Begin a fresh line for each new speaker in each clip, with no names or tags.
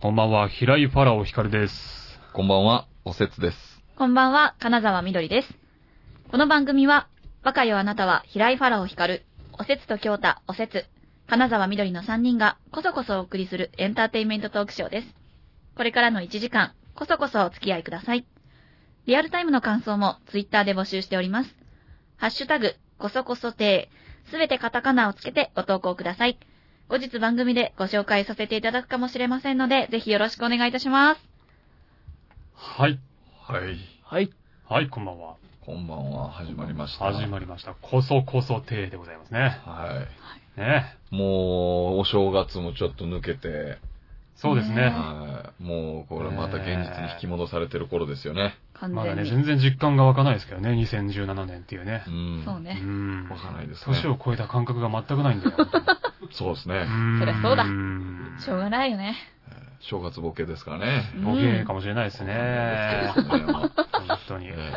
こんばんは、平井ファラオ光です。
こんばんは、おせつです。
こんばんは、金沢みどりです。この番組は、若よあなたは平井ファラオ光る、おせつと京太、おせつ、金沢みどりの3人が、こそこそお送りするエンターテインメントトークショーです。これからの1時間、こそこそお付き合いください。リアルタイムの感想も、ツイッターで募集しております。ハッシュタグ、こそこそてー、すべてカタカナをつけてご投稿ください。後日番組でご紹介させていただくかもしれませんので、ぜひよろしくお願いいたします。
はい。
はい。
はい。
はい、こんばんは。
こんばんは、始まりました。
始まりました。こそこそ亭でございますね。
は
ね
い。もう、お正月もちょっと抜けて、
そうです
ね
ね。
はい。もう、これまた現実に引き戻されてる頃ですよね。
完
まだ
全
ね、
に。
全然実感が湧かないですけどね、2017年っていうね
う。ん。
そうね。
ん
わかんないですね
年を超えた感覚が全くないんだよ。
そうです
う
ね。
ん
そりゃそうだ
ん
しょうがないよね。
正月ボケですからね。
うん
ボケかもしれないですね。
そうなんですけどね
本当に。
ええ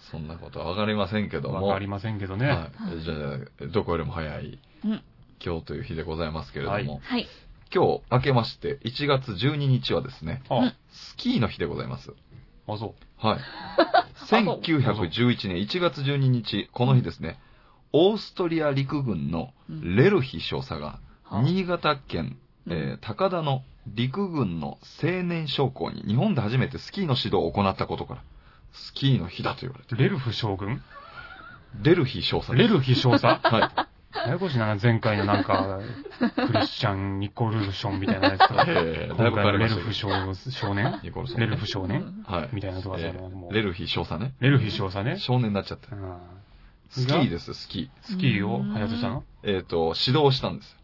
そんなことはわかりませんけ ども。
わかりませんけどね
は。い。じゃあ、どこよりも早い
うん。
今日という日でございますけれども、
はい
はい。
今日明けまして1月12日はですね、
あ、
スキーの日でございます。
あ、そう。
はい。1911年1月12日、この日ですね、オーストリア陸軍の
うん
レルヒ少佐が、
はあ
新潟県、
うん
えー高田の陸軍の青年将校に日本で初めてスキーの指導を行ったことから、スキーの日だと言われて
レルフ将軍
る。レルヒ少佐です
レルフ少佐
は
ややこしいな、前回のなん か、クリスチャン・ニコルションみたいなやつと
い。えーだい
今回
ぶ変わ
の
り
レ
まし
ル
た
フ
け
少少年
ど。ニコルソン
レルフ少
う
年
ん
はい。
みたいなとかさ、
え
も
ー
う
レルヒ少佐ね。
レルフ少佐ね。
少年になっちゃった
う。ん
スキーです、スキー。
スキーを早としたの
えっ、と、指導したんですよ。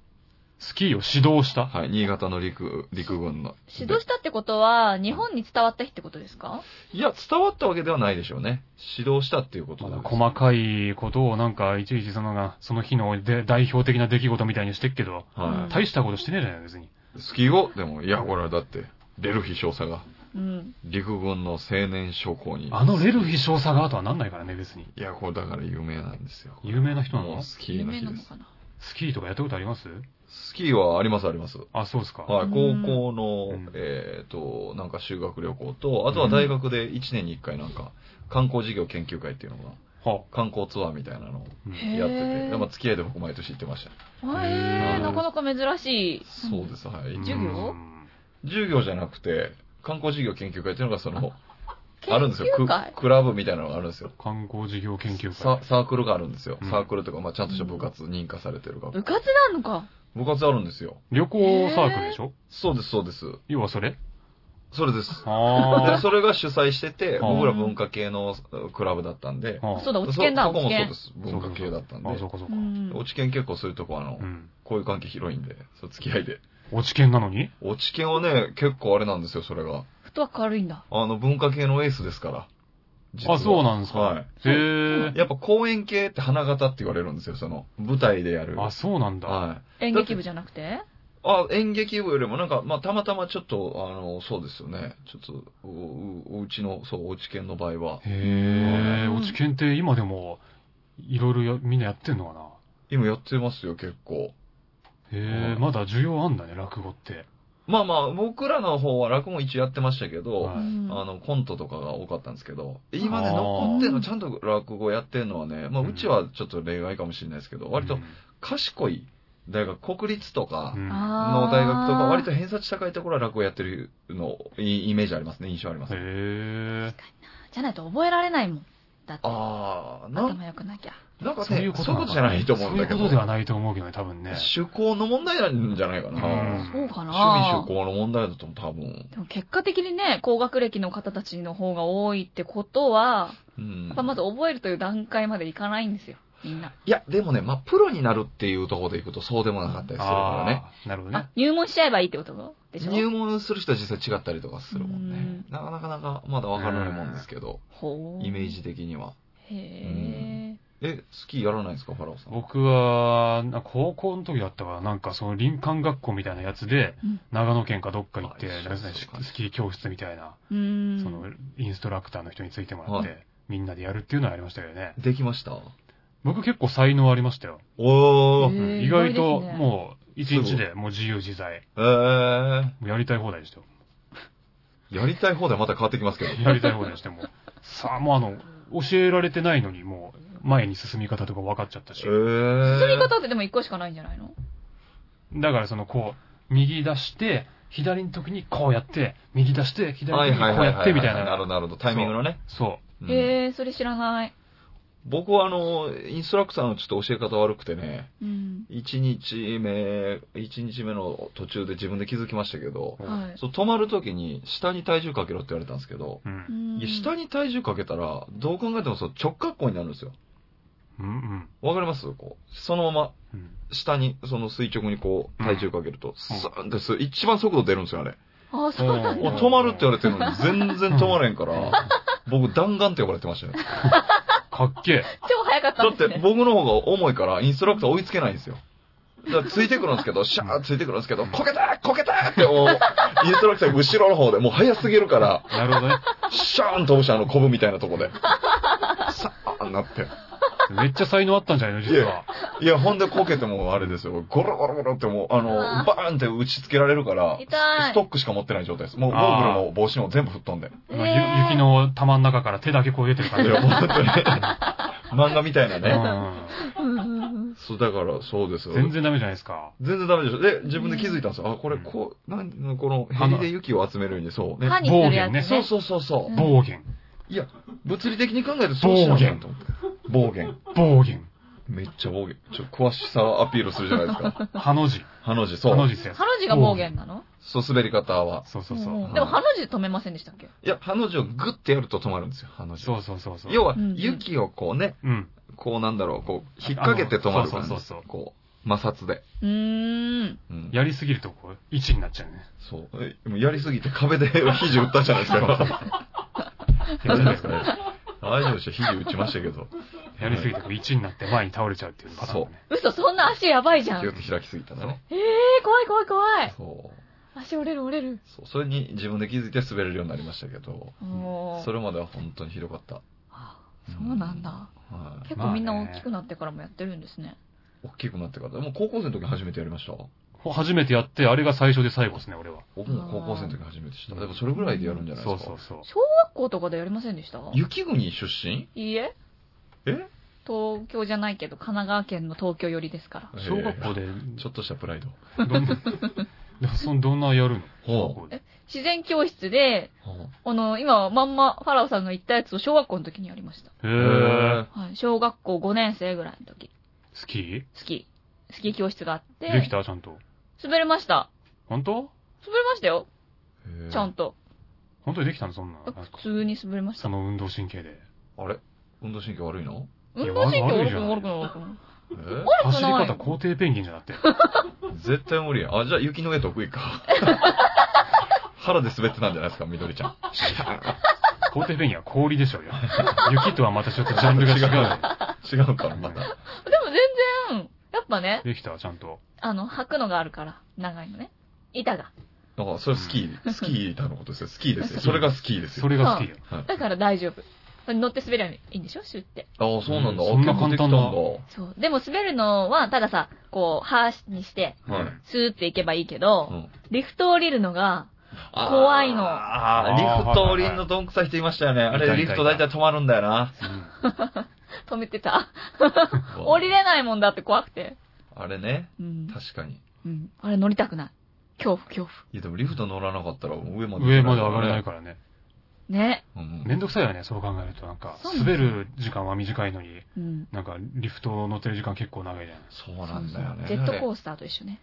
スキーを指導した
はい、新潟の陸、陸軍の。
指導したってことは、日本に伝わった日ってことですか
いや、伝わったわけではないでしょうね。指導したっていうこと
まだ
です。
細かいことをなんか、いちいちそのが、その日ので代表的な出来事みたいにしてっけど、
は
大したことしてねえじゃない、別に。
い。スキーを、でも、いや、これはだって、レルフィ少佐が、
うん。
陸軍の青年将校に。
あのレルフィ少佐がとはなんないからね、別に。
いや、これだから有名なんですよ。
有名な人な
も
の
うスキーの日です。
な
スキーとかやったことあります
スキーはあります、あります。
あ、そうですか。
はい、
うん
高校の
うん、
えっ、と、なんか修学旅行と、あとは大学で1年に1回なんか、観光事業研究会っていうのが、
は
観光ツアーみたいなのを
うん
へ
やって
へ
て、
ー
でまあ付き合いで僕毎年行ってました。
へえ、なかなか珍しい。
そうです、はい。
授業
うん
授業じゃなくて、観光事業研究会っていうのがその、
研究会
あるんですよ。ククラブみたいなのがあるんですよ。
観光事業研究
サ
会。
サークルがあるんですよ。
うん
サークルとか、まあ、ちゃんとした部活認可されてる学
部
校。
活なのか。
部活あるんですよ。
旅行サークルでしょ
そうです、そうです。
要はそれ
それです。で
あ
それが主催してて、
あー
僕ら文化系のうクラブだったんで、
あ。
そう
そ
だ、落
そ
ち研だ、
こ
落ち
もそう
研
で。す。文化系だったんで
あ、、そうかそう
う
か。
ん。
落ち研結構そういうとこ、あの、
うん。
こういう関係広いんで、そう付き合いで。
落ち券なのに
落ち研はね、結構あれなんですよ、それが。
ふとは軽いんだ。
あの、文化系のエースですから。実は
あ、そうなんですか。
はい。
へえ。
やっぱ公演系って花形って言われるんですよ、その、舞台でやる。
あ、そうなんだ。
はい。
演劇部じゃなくて
あ、演劇部よりもなんか、まあ、たまたまちょっと、あの、そうですよね。ちょっと、おおおうちの、そう、おうち犬の場合は、
へえ。
うん
落ち券って今でも、いろいろやみんなやってんのかな
今やってますよ、結構。
へ
は
え、
い
まだ需要あんだね、落語って。
まあまあ、僕らの方は落語一応やってましたけど、
はい
うん
あの、コントとかが多かったんですけど、今ね、
あー
残ってるの、ちゃんと落語やってるのはね、まあ、
うん
うちはちょっと例外かもしれないですけど、割
う
と
ん
賢い大学、国立とか、
うん
あ
の大学とか、割と
へ
偏差値高いところは落語やってるの、いイメージありますね、印象あります。
へえ。
じゃないと覚えられないもん。だって。
ああ、な、
頭良くなきゃ。
なんかね、
そ
そうう
い
いうう
こ
ことと
なのか
じゃないと思うんだけ
そうい
ど。
うことではないと思うけどね、多分ね。
趣向の問題なんじゃないかな。
うん
そうかな
趣味趣向の問題だと思う、多分。
でも結果的にね、高学歴の方たちの方が多いってことは、
うん
やっぱまず覚えるという段階までいかないんですよ、みんな。
いや、でもね、まあ、プロになるっていうところでいくとそうでもなかったりするからね。
あーなるほどね
あ。、入門しちゃえばいいってことでしょ
入門する人は実際違ったりとかするもんね。
う
なかなかなかまだわからないもんですけど、
ほう。
イメージ。的には。
へ
え、スキーやらないですか、ファラオさん。
僕は、な高校の時だったから、なんかその林間学校みたいなやつで、
うん
長野県かどっか行って、
あ一緒
なんかね
そうか
スキー教室みたいな、
ぇー。うーん。
そのインストラクターの人についてもらっ
は
て、みんなでやるっていうのはやりましたけどね。
できました
僕結構才能ありましたよ。
お
へ
ー。
ー
意外と
意外ですね
もう一日でもう自由自在。
えー。
もうやりたい放題でしたよ。
やりたい放題また変わってきますけど。
やりたい放題でしてもう。さあ、もうあの、教えられてないのにもう前に進み方とか分かっちゃったし。
ー
進み方ってでも一個しかないんじゃないの
だからそのこう、右出して、左の時にこうやって、右出して、左の時にこうやってみたい
なるほ
な。
ど、なるほど。タイミングのね。
そ
うん
へえ、それ知らない。
僕はあの、インストラクターのちょっと教え方悪くてね、
うん。
1日目、一日目の途中で自分で気づきましたけど、
う。
はい。
そう止まる時に下に体重かけろって言われたんですけど、
うん
う。ん
いや下に体重かけたら、どう考えてもそう直角行になるんですよ。
うんうん。
わかりますこう。そのまま
うん
下に、その垂直にこう、
うん
体重かけると、スーンってす、一番速度出るんですよ、あれ。
あ、そうなん
うん
だ。
もう止まるって言われてるのに、全然止まれんから、僕弾丸って呼ばれてま したね。
かっけえ。
超早かった
だ
ん
っ
です
て
ね。
僕の方が重いから、インストラクター追いつけないんですよ。だからついてくるんですけ ど、シャーッついてくるんですけど、こけたーこけたーってもう、インストラクター後ろの方で、もう速すぎるから、
なるほどね。
シャーン飛ぶし、あの、コブみたいなとこで。さあ、なって。
めっちゃ才能あったんじゃないの実は。
いや、ほんでこけてもあれですよ。ゴロゴロゴロってもう、あの、
わあ
バーンって打ち付けられるから、
痛
ス
い
ト。ックしか持ってない状態です。もう、ゴーグルも帽子も全部吹っ飛んで。
あのゆ雪の玉の中から手だけこう出てる感
い
じ。
や、もう本 当に。漫画みたいなね。
うんうん
そう、だから、そうです
う
よ。
ん全然ダメじゃないですか。
全然ダメでしょ。で、自分で気づいたんですよ。あ、これ、こう、なん、この、ヘリで雪を集めるように、そう
うん。
ね。
歯にするや
棒
つね。
銀
そうそうそうそうう。
ん
暴言。
いや、物理的に考えるとそうしなきゃと思って。暴言。
暴言。
めっちゃ暴言。ちょ、詳しさアピールするじゃないですか。
ハの字。
ハの字、そ
ハの
う。
字先生。
ハの字が暴言なの
そう、滑り方は。
そうそうそ
んん
う。
でもハの字止めませんでしたっけ
いや、ハの字をグッてやると止まるんですよ、ハの字。
そうそうそうそう。
要は
うんう、ん
雪をこうね、
うん。
こうなんだろう、こう、引っ掛けて止まる感
あ
じ
のそうそうそうそう
こう、摩擦で。
うーん。
うん
やりすぎるとこう、位置になっちゃうね。
そう。えもうやりすぎて壁で 肘打ったじゃないですか。
やりすぎてこ
大丈夫でしょ、肘打ちましたけど。
うやりすぎてこう、位置になって前に倒れちゃうっていうパターンだね。
嘘、そんな足やばいじゃん。
ギ
え
ュッと開きすぎたらね。
えー、怖い怖い怖い。
そう。
足折れる折れる。
そう。それに自分で気づいて滑れるようになりましたけど、
おー
それまでは本当にひどかった。
そうなんだ。
は
結構みんな大きくなってからもやってるんですね。
い。大きくなってから。もう高校生の時に初めてやりました。
初めてやって、あれが最初で最後ですね、俺は。
僕も高校生の時に初めてした。でもそれぐらいでやるんじゃない
そ
で
う
すか。
そうそう。
小学校とかでやりませんでしたい
雪国出身
いえ。
え
東京じゃないけど、神奈川県の東京寄りですから。
小学校で、
ちょっとしたプライド。
ど んな、そんどんなやるの小学
ほ
校で
自然教室で、
う。ほう
あの、今、まんま、ファラオさんが言ったやつを小学校の時にやりました。
へ
へ
ー。
はい。小学校5年生ぐらいの時、
スキ
スキー、スキー教室があっ
ーでき
て、
たちゃんと。
滑れました。
本当
滑れましたよ。
へえ
ちゃんと。
本当にできたのそんな。なんか
普通に滑れました
そ。の運動神経で。
あれ運動神経悪いの
いや
運動神経
悪い
悪
じ
く
ゃん
も悪くも悪くも。
え
悪
走
く
り
ない
方。皇帝ペンギンじゃなくて。
絶対無理やん。あ、じゃあ雪の上得意か。腹で滑ってたんじゃないですか、みどりちゃん。
皇帝ペンギンは氷でし ょうよ。雪とはまたちょっとジャンルが違 う。
違うから、また。
でも全然、やっぱね、
できたちゃんと。
あの、履くのがあるから、長いのね。板が。
なんか、それスキー、スキー板のことですよ。スキーですよ。それがスキーです
そ
よ。
れが好きよ。
はい
だから大丈夫。乗って滑りゃいいんでしょシュって。
ああ、そうなんだ。
うんそんな簡単な
あ結
そう。でも滑るのは、たださ、こう、はーにして、
構できたんだはい。
スーっていけばいいけど、
うん
リフト降りるのが、怖いの
ああ、リフト降りんのどんくさい人いましたよね。あ
いた
れ、
いた
リフト大体止まるんだよな。
うん
止めてた。降りれないもんだって怖くて。
あれね。
うん。
確かに。
うん。あれ乗りたくない。恐怖、恐怖。
いや、でもリフト乗らなかったら上まで。
上まで上がれないからね。
ね。
ら。うん
めんどくさいよね、そう考えると。なんか
そう、なんだ
滑る時間は短いのに、
うん。
なんか、リフト乗ってる時間結構長いじゃない
そうなんだよね。
ジェットコースターと一緒ね。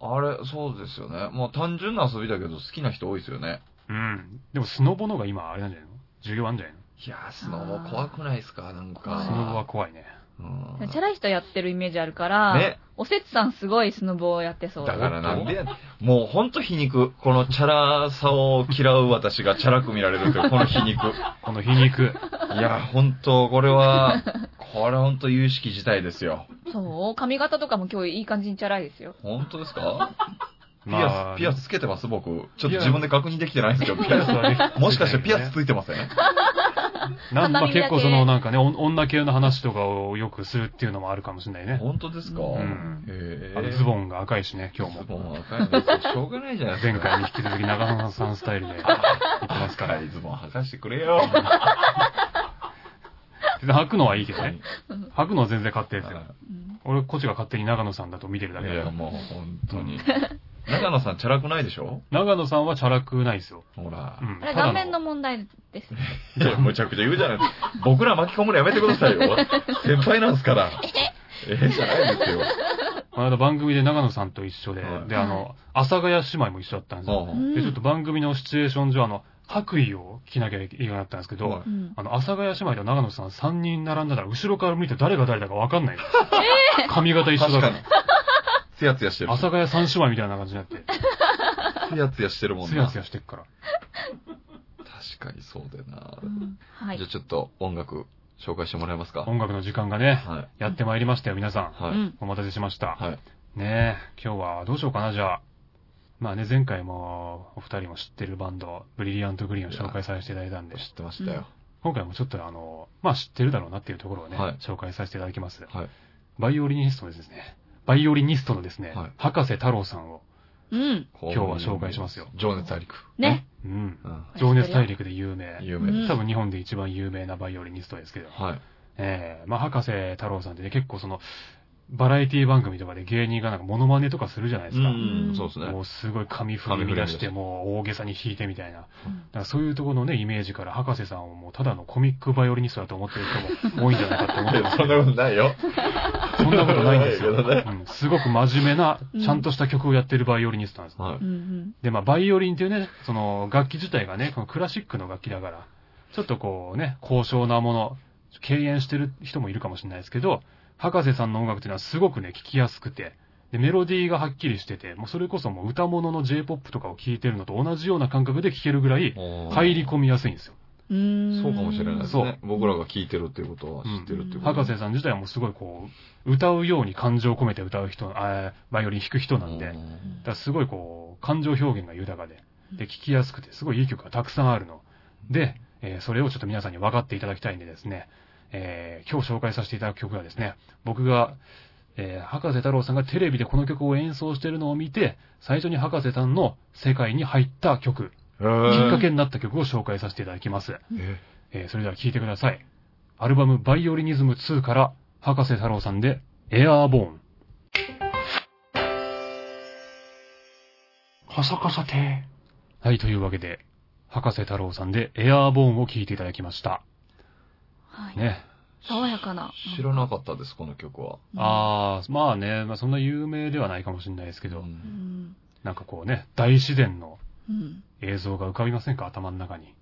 あれ、そうですよね。もう単純な遊びだけど好きな人多いですよね。
うん。うん。でも、スノボの方が今、あれなんじゃないの授業あんじゃないの
いやー、スノボ怖くないですかなん
あー
スノボは
か。
怖いね。
うん
チャラい人やってるイメージあるから、
ね
おせつさんすごいスノボをやってそう。
だからなんでやねん、もうほんと皮肉。このチャラさを嫌う私がチャラく見られる という、この皮肉。
この皮肉。
いや、ほんと、これは、これほんと有識事態ですよ。
そう髪型とかも今日いい感じにチャラいですよ。
ほんとですかピ
ま
ア
あ
ス、ピアスつけてます僕。ちょっと自分で確認できてないんですけど、ピ
ピア
ア
スはね
ス。もしかしてピアスついてません
なんまあ
畳だけ
結構そのなんかね、お女系の話とかをよくするっていうのもあるかもしれないね。
本当ですか、
うん
へ
あとズボ
ン、
ンが赤いしね、今日
ズ
も。
ボンは赤いんですよしょうがないじゃないですか。
前回に引き続き長浜さんスタイルで行ってますか
赤
ら。
いズボン履かしてくれよ。
別に履くのはいいけどね。履くのは全然勝手ですよ。
うん
俺、こっちが勝手に長野さんだと見てるだ
い
けだ
や、
よ。
もう本 当に。長野さん、チャラくないでしょ
長野さんはチャラくないですよ。
ほら
う。ん。
あれ、
ただ
顔面の問題です。
いや、 むちゃくちゃ言うじゃないですか。僕ら巻き込むのやめてください よ。先輩なんですから。ええじゃないですよ。
この間番組で長野さんと一緒で、
はい
で、あの、阿佐ヶ谷姉妹も一緒だったんですよ。
う
うん
ん
で、ちょっと番組のシチュエーション上、あの、白衣を着なきゃいけなかったんですけど、
はい
うん
あの、阿佐ヶ谷姉妹と長野さん3人並んだら、後ろから見て誰が誰だか分かん ない。髪型一緒だ
確
か
からに。。つやつやしてる
阿。佐ヶ谷三姉妹みたいな感じになって、
つやつやしてるもん
ツ
な。
ヤ
確
ツヤしてっから。
かにそうだよな
う。んはい
じゃあ。ちょっと音楽紹介してもらえますか。はい。
音楽の時間がね、
はい。
やってまいりましたよ、皆さん。
う
はい。
ん
お待たせしました。
はい。
ねえ、今日はどうしようかな、じゃあ。まあね、前回もお二人も知ってるバンド、ブリリアントグリーンを紹介させていただいたんで、
知ってましたよ。
今回もちょっとあの、まあ知ってるだろうなっていうところをね、
はい
紹介させていただきます。
はい。
バイオリニストのですね、バイオリニストのですね、
はい
博士太郎さんを、
うん。
今
日は紹介しますよ
情熱大陸。
ね。
うん、
うん。
情熱大陸で有名。
有名です。
多分日本で一番有名なバイオリニストですけど、
はい。
ええまあ博士太郎さんってね、結構その、バラエティ番組とかで芸人がなんかモノマネとかするじゃないで
う
すか。
ん、そうですね。
もうすごい髪振り乱して、
紙振り乱して
もう大げさに弾いてみたいな。だか
うん
らそういうところのね、イメージから博士さんをもうただのコミックバイオリニストだと思ってる人も多いんじゃないかと思っ
い
てま
や
す
そんなことないよ。
そんなことないんです よ。
そんなことない
うんすごく真面目な、ちゃんとした曲をやってるバイオリニストなんです。
はい
うん。う。ん
で、まあ、バイオリンっていうね、その楽器自体がね、このクラシックの楽器だから、ちょっとこうね、高尚なもの、敬遠してる人もいるかもしれないですけど、博士さんの音楽っていうのはすごくね、聴きやすくて、で、メロディーがはっきりしてて、もうそれこそもう歌物の J-POP とかを聴いてるのと同じような感覚で聴けるぐらい、入り込みやすいんですよ。
うーん。
そうかもしれないです
そう
ね。僕らが聞いてるっていうことは知ってるっていうこと。
博士さん自体はもうすごいこう、歌うように感情を込めて歌う人、あーバイオリン弾く人なんで、
う
だか
ん
らすごいこう、感情表現が豊かで、で、聴きやすくて、すごいいい曲がたくさんあるの。で、えーそれをちょっと皆さんに分かっていただきたいんでですね、えー今日紹介させていただく曲はですね、僕が、えー博士太郎さんがテレビでこの曲を演奏してるのを見て、最初に博士さんの世界に入った曲、き
へ
っか
ー
けになった曲を紹介させていただきます。
え
えーそれでは聴いてください。アルバムバイオリニズム2から、博士太郎さんで、エアーボーン。
こそこそ亭。
はい、というわけで、博士太郎さんで、エアーボーンを聴いていただきました。
はい。
ね。
爽やかな。
知らなかったです、この曲は。
うん
あー、まあね、まあそんな有名ではないかもしれないですけど、
うん
うん。
なんかこうね、大自然の
うん。
映像が浮かびませんか頭の中に。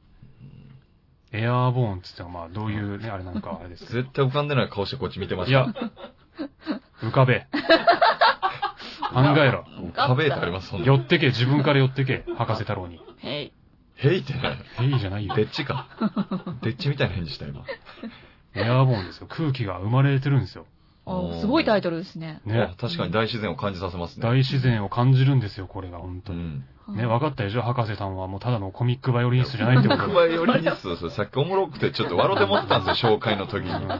エアーボーンって言ってもまあどういうね、あれなのかはあれですけど。
絶対浮かんでない顔してこっち見てまし
い
た
や
よ。、
浮かべ。考えろ。
壁ってあります、そんな。
寄ってけ、自分から寄ってけ、博士太郎に。
へい。
へいってない。
いいじゃないよ。
でっちか。でっちみたいな返事した、今。
エアーボーンですよ。空気が生まれてるんですよ。
あすごいタイ
ト
トルですね。
ルね
確かに大自然を感じさせますね。
大自然を感じるんですよ、これが、本当
う
に。
ん。
ね、分かったでしょ博士さんはもうただのコミックバイオリニストじゃないってこと
僕はよりニストですさっきおもろくてちょっと笑うてもったんですよ、紹介の時に。
う
コミ
ん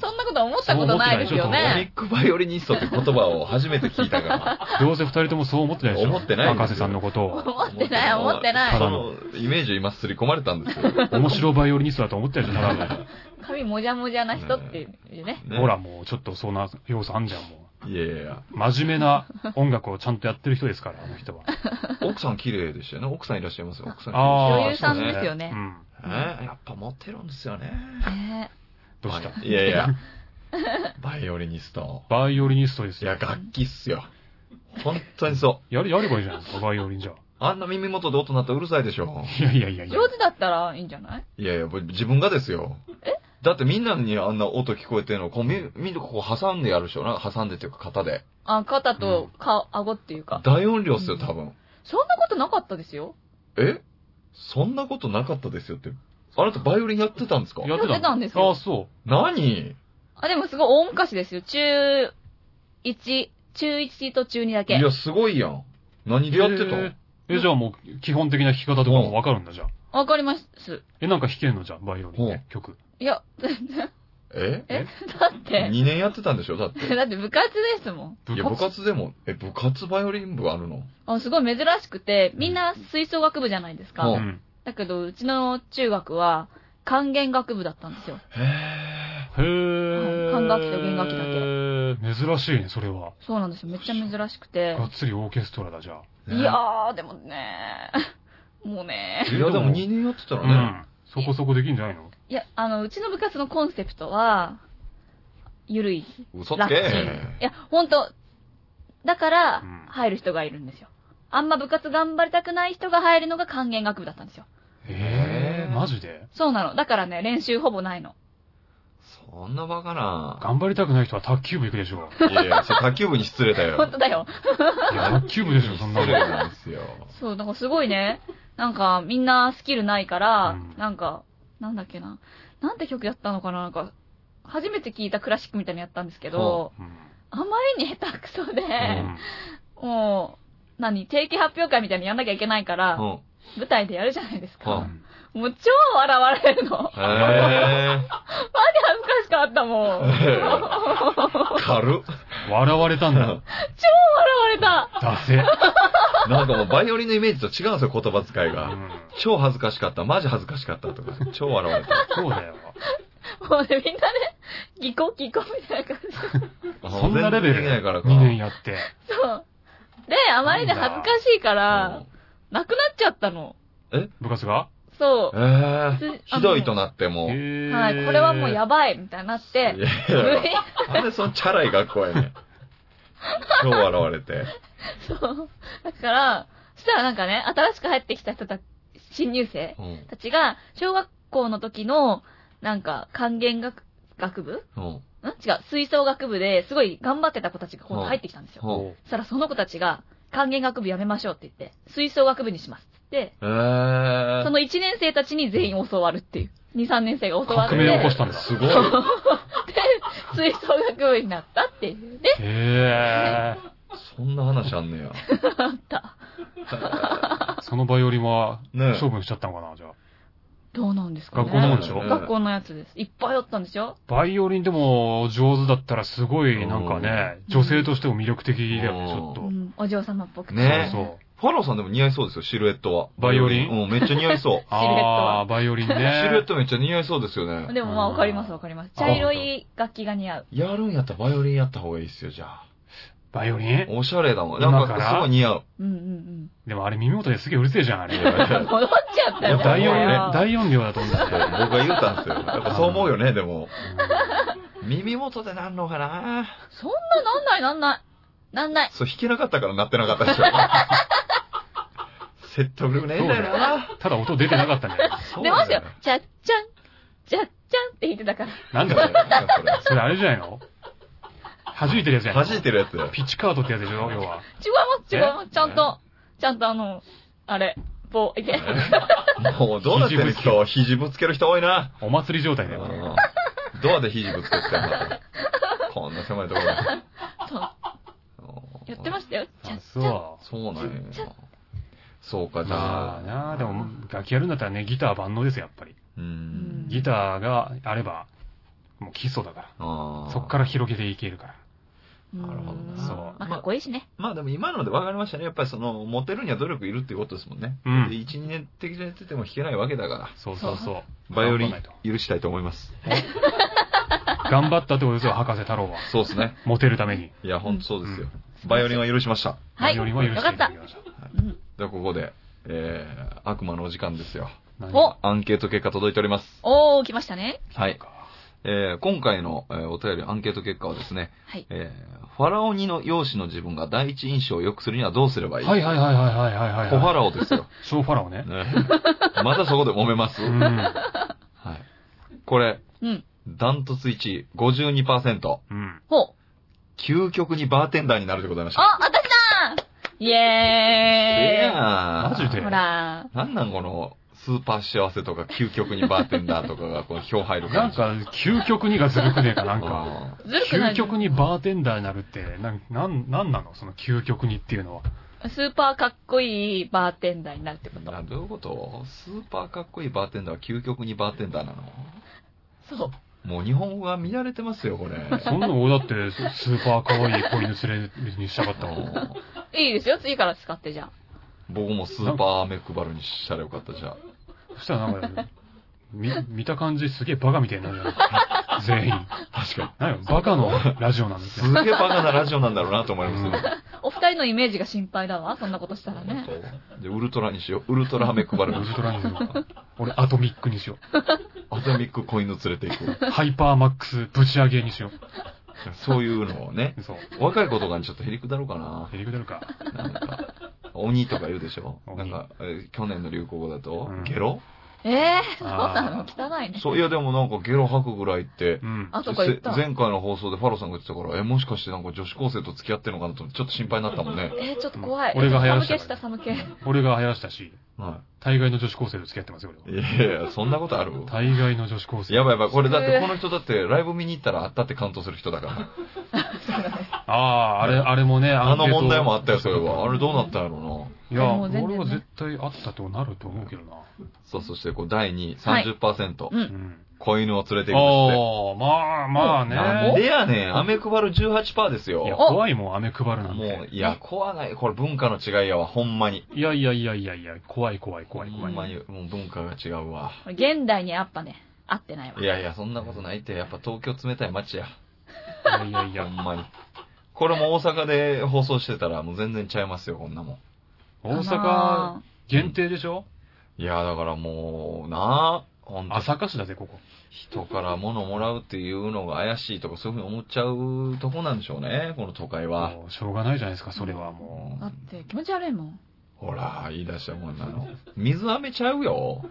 そんなこと思ったことないですよ
ッ
ね。
クバイオリニストって言葉を初めて聞いたから。
どうせ二人ともそう思ってないでしょ
思ってないです
博士さんのことを。
思ってない、思って
そ
な
のイメージを今すり込まれたん ですよ。
面白バイオリニストだと思ってるじゃん、多分
い。髪もじゃもじゃな人っていうね。
ね
ほら、。もうちょっとそんな要素あんじゃん、も
いやいやいや。
う。真面目な音楽をちゃんとやってる人ですから、あの人は。
奥さん綺麗でしたよね。奥さんいらっしゃいますよ。奥さん綺麗
あー
女優さんですよね
うん。
えーやっぱ持ってるんですよね。
ね
どうした
いやいや。バイオリニスト。
バイオリニストです
い
よ
や、。楽器っすよ。本当にそう。
やれ、やればいいじゃない ですか、バイオリンじゃ。
あんな耳元で音鳴ったらうるさいでしょ。
いやいやいやいや。
上手だったらいいんじゃない
いやいや、ぼ自分がですよ。だってみんなにあんな音聞こえてるの、こう、み、みんなここ挟んでやるでしょな。挟んでっていうか肩で。
あ、肩と顔、顎っていうか。
大音量っすよ、多分。
そんなことなかったですよ。
えそんなことなかったですよって。あなたバイオリンやってたんですか
やってた
やってたんですよ
ああ、そ
何
あ、でもすごい大昔ですよ。中1、中1と中2だ
い
け。
や、すごいやん。
う。
何でやってた
へー
の
え、じゃあもう、基本的な弾き方とかもわかるんだ、じゃあ。
わかります。
え、なんか弾けんの、じゃあ、バイオリンね、曲。
いや、全然
え
え、だって、
?2 年やってたんでしょだって。
だって 部活ですもん。
部
いや、部
活
活でも、え、部活バイオリン部あるの
あすごい珍しくて、みんな吹奏楽部じゃないです
う
か。
ん。
だけど、うちの中学は、管弦楽部だったんですよ。
へ
へぇー。
管楽器と弦楽器
け。
だ
珍しいね、それは。
そうなんですよ。めっちゃ珍しくて
が。っつりオーケストラだ、じゃあ。
え。
いやー、でもね もうね
いや、でも2年やってた
う
らね。
ん。そこそこできんじゃないの
いや、あの、うちの部活のコンセプトは、ゆるい。
嘘つ
楽
け
器。いや、ほんと。だから
うん、
入る人がいるんですよ。あんま部活頑張りたくない人が入るのが管弦楽部だったんですよ。
え
え
ー、
ー
マジで
そうなの。だからね、練習ほぼないの。
そんなバカな。
頑張りたくない人は卓球部行くでしょ。
いやいや、それ卓球部に失礼だよ。
ほんとだよ。
いや、卓球部でしょ、そんな
失
の
礼。なんですよ。
そう、なんかすご いね。なんか、みんなスキルないから、
うん
なんか、なんだっけな。なんて曲やったのかななんか、初めて聞いたクラシックみたいなのやったんですけど、
うん
あまりに下手くそ
う
で、
ん
もう、何、定期発表会みたいにやんなきゃいけないから、
うん。
舞台でやるじゃないです
う
は
か。
ん
もう超笑われるの。マジ
へ
恥ずかしかったもん。
ぇ
超笑
ー。軽っ。
笑われたん だ。
われた。
ダセ。
なんかもうバイオリンのイメージと違うんですよ、言葉遣いうが。
ん
超恥ずかしかった、マジ恥ずかしかった とか、超笑われた。
そうだよ。
もうね、みんなね、ギコギコみたいな感 じ。
そんなレベ
全然できない
ル。
からか。
2年やって。
そう。で、あまりに恥ずかしいから、なくなっちゃったの。
部活が
そう。
うんえ
つ
ー、ひどいとなってもう。
へー
はい、これはもうやばいみたいになって
い、やい
無
や
理、
なんでそのチャラい学校やねん。超笑われて。
そう。だから、そしたらなんかね、新しく入ってきた人たち、新入生
うん。
たちが、小学校の時の、なんか、管弦楽、学部
うん。
ん違う、吹奏楽部ですごい頑張ってた子たちが今度入ってきたんですよ。
うん。
そしたらその子たちが、管弦楽部やめましょうって言って、吹奏楽部にしますっ
え
て言って、そ
ー。
の1年生たちに全員教わるっていう。2、3年生が教わっ
革命を起こ
て、
したんだ。
すごい。
吹奏楽部になったっていうね。
へ
そんな話あん ねや。
あった。
ーそのバイオリンは
ねえ
処分しちゃったのかな、じゃあ。
どうなんですかね
学校のもんでしょ
学校のやつです。いっぱいあったんでしょ
バイオリンでも上手だったらすごい、なんかね、
うん
女性としても魅力的だよね、ちょっ
う
と。
ん、お嬢様っぽくて。
ね
そうそう。
ファローさんでも似合いそうですよ、シルエットは。
バイオリン
うん、めっちゃ似 合いそう。
シルエットは
あー、バイオリンね。
シルエットめっちゃ似合いそうですよね。
でもまあわかりますわかります。茶色い楽器が似合う。
やるんやったらバイオリンやった方がいいっすよ、じゃあ。
バイオリン
おしゃれだもん。な
今
ん
から
かすごい似合う。
うんうん
でもあれ耳元ですげえうるせえじゃん、あ れ。
うん。戻っちゃったよ。
大音
も
量、
う
大音量だと思うんだ
僕
よね。
が言うたんですよ。やっぱそう思うよね、でも。耳元でなんのかな
そんななんないなんない。なんない。
そう、弾けなかったからなってなかったで しょ。説得力ねえんだよな。
ただ音出てなかったんだよ。
そう
出
な
ま
ん
し
だ
た
よ
よ。ちゃっちゃん。ちゃっちゃんって言ってたから。
なんだよ。それあれじゃないの弾いてるやつ
それ
やん。
弾いてるやつだよ。
ピッチカートってやつでしょ、要は。
違います違います。ちゃんと、ちゃんとあの、あれ、棒、いけ。
もうどうなってる人、肘ぶつける人多いな。
お祭り状態だよ。
うんドアで肘ぶつけてんだ。こんな狭いところで。
そうやってましたよ。ちゃ
あ
っちゃん。
そう。
そうなんや。そうか、じゃ
ま
あ。
あなあ、でも、楽器やるんだったらね、ギター万能ですよ、やっぱり。
う
うん
ん。
ギターがあれば、もう基礎だか
あ
ら。
ー
そっから広げていけるから。
なるほどな
うん
そう
まあかっこいいしね。
まあでも今ので分かりましたね。やっぱりその、モテるには努力いるっていうことですもんね。
うん
で、1、2年的にやってても弾けないわけだか
そうそうそう。
ら、バイオリ
頑張ら
ン
ない
許したいと思います。
と頑張ったってことですよ、博士太郎は。
そうですね。
モテるために。
いや、ほんとそうですよ。
うん
バイオリンは許しました。
は
バ
い。
イオ
よ
リンは許して
か
い
った
だ
た
き。ました。
うん
ではここで、えー、悪魔のお時間ですよ。
何
お
アンケート結果届いております。
おー、来ましたね。
はい。えー、今回の、えーお便りアンケート結果はですね、
はい。
えー、ファラオ2の容姿の自分が第一印象を良くするにはどうすればいい
はいはいはいはいはいはいはい。
小ファラオですよ。
ショーファラオね。
ね、 またそこで揉めます、
うん。
はい。これ、
うん。
ダントツ1位、52%。
うん。
ほう。
究極にバーテンダーになるでございました。
あ、私だイエーイ
マ
マジで
ほら
なんなんこの、スーパー幸せとか、究極にバーテンダーとかが、この票入る
な
感
ん
じ。
か、究極にがずるくねえか、なんか。
か、
ー、ずるくな
究
い
極にバーテンダーになるって、なん、なん、なんなのその究極にっていうのは。
スーパーかっこいいバーテンダーになるってこと
などういうことスーパーかっこいいバーテンダーは究極にバーテンダーなの
そう
もう日本語が乱れてますよ、これ。
そんなの俺だってスーパー可愛い子犬連れにしたかったもん。
いいですよ次から使ってじゃあ
僕もスーパーアメ配るにしたらよかったじゃあ。
そしたらなんか、み、見た感じすげえバカみたいになるじゃん。全員。
確か
なんよ、バカのラジオなんです
す
よ。
げえバカなラジオなんだろうなと思いますね。
お二人のイメージが心配だわそんなことしたらね
で、ウルトラにしよう。ウルトラアメ配
ウ
る。
ルトラにしよう俺、アトミックにしよ
アトミックコインの連れていく。
う。ハイパーマックスぶち上げにしよ
そういうのをね。
う。そう。
若い子とかにちょっとへりくだろうかな。
ヘリクダルか。
なんか、鬼とか言うでしょ
鬼
なんか、え去年の流行語だと、
うん
ゲロ
ええー、そうな
あ
の汚いね
そう、いやでもなんかゲロ吐くぐらいって
う、ん。
あとか言った
せ前回の放送でファロさんが言ってたから、え、もしかしてなんか女子高生と付き合ってるのかなとちょっと心配になったもんね。
えー、ちょっと怖い、
俺が流行ら
寒
せた
気
か
した
ら
寒気
俺が流行らしたし、
は
大概の女子高生と付き合ってますよ、
い。
俺は。
いやいや、そんなことある
大概の女子高生。
やばいやばい、これだってこの人だってライブ見に行ったらあったってカウントする人だから。
ああ、あれ、あれもね、
あ
ンケー
の
ト
問題もあったよ、それは。あれどうなったんやろう
いや、
もう全然ね
俺は絶対あったとなると思うけどな。
な。さあ、そしてこう、第2位、
はい
30%、
う
うんん。
子犬を連れて行くんで
ああ、まあまあ
すって。なんで
ね。
やねん、アメ配る18%です
いや、
よ。
怖いもん、飴配るなん
も
て。
う、いや、怖ない。これ文化の違いやわ、ほんまに。
いやいやいやいやいや、怖い怖い怖い
ほ
怖い
ん。まに、もう文化が違うわ。
これ現代にやっぱね合ってないわ
いやいや、そんなことないって、やっぱ東京冷たい街や。
いやいやい
ほ
や
ん。まに。これも大阪で放送してたら、もう全然ちゃいますよ、こんなもん。
大
か
阪
な
限定でしょ
いや、だからもう、なあ、ほんと
朝霞市だぜ、ここ。
人から物もらうっていうのが怪しいとか、そういうふうに思っちゃうとこなんでしょうね、この都会は。
もうしょうがないじゃないですか、それはも
だって気持ち悪いもん
ほら、言い出したもんなの。水飴ちゃうよ。
う。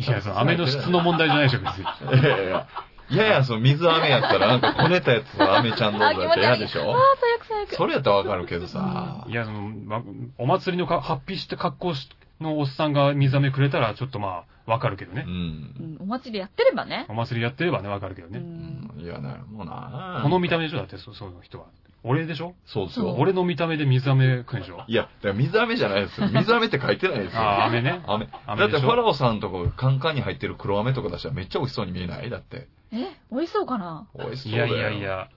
いや、その飴の質の問題じゃないでしょ、別に。
いやいやいや。 いやいや、その水飴やったら、なんかこねたやつの飴ちゃんどうだって嫌でし
あ
ょ
あ最悪最悪
それやったらわかるけどさ
い。や、その、わお祭りのか、発ピして格好しのおっさんが水飴くれたら、ちょっとまあ、わかるけど
う。
ね。
うんんお祭りやってればね
お祭りやってればね、わかるけど
う
ね。
ん
いや、なもうな
この見た目でしょだって、そそういう人は。俺でしょ
そうですよ。
俺の見た目で水飴食うんでしょ
いや、だから水飴じゃないですよ。水飴って書いてないですよ。
ああ、飴ね。
飴。だ
飴
っ
で
て
し
フ
ょ
ァラオさんとかがカンカンに入ってる黒飴とか出したらめっちゃ美味しそうに見えないだって。
え美味しそうかな
美味し
い
そうだ
や
よ。
いやい。や。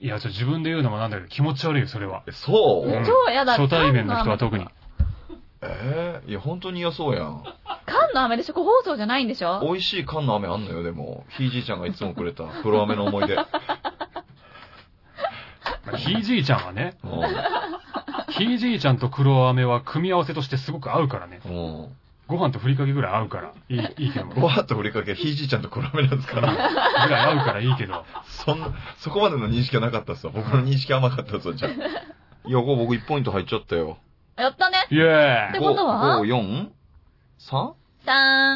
いや、ちょ、自分で言うのもなんだけど、気持ち悪いよ、それは。
そう、
うん
超やだ
初対面の人は特に。
ええいや、本当に嫌そうやん。
缶の飴でしょ個包装じゃないんでしょ
美味しい缶の飴あんのよ、でも。ひいじいちゃんがいつもくれた黒飴の思い出。
まあひいじいちゃんはね、
もう
ひいじいちゃんと黒飴は組み合わせとしてすごく合うからね。
ん。も
ご飯とふりかけぐらい合うから、いい、いいけども
う。ご飯とふりかけ、ひいじいちゃんと黒飴なんです から。
ぐらい合うからいいけど。
そんな、そこまでの認識はなかったっすわ。僕の認識甘かったっすわ、じゃあ。 いや、こう僕1ポイント入っちゃったよ。
やったね
イェー
で
イ
もことは
5,4?3?
さ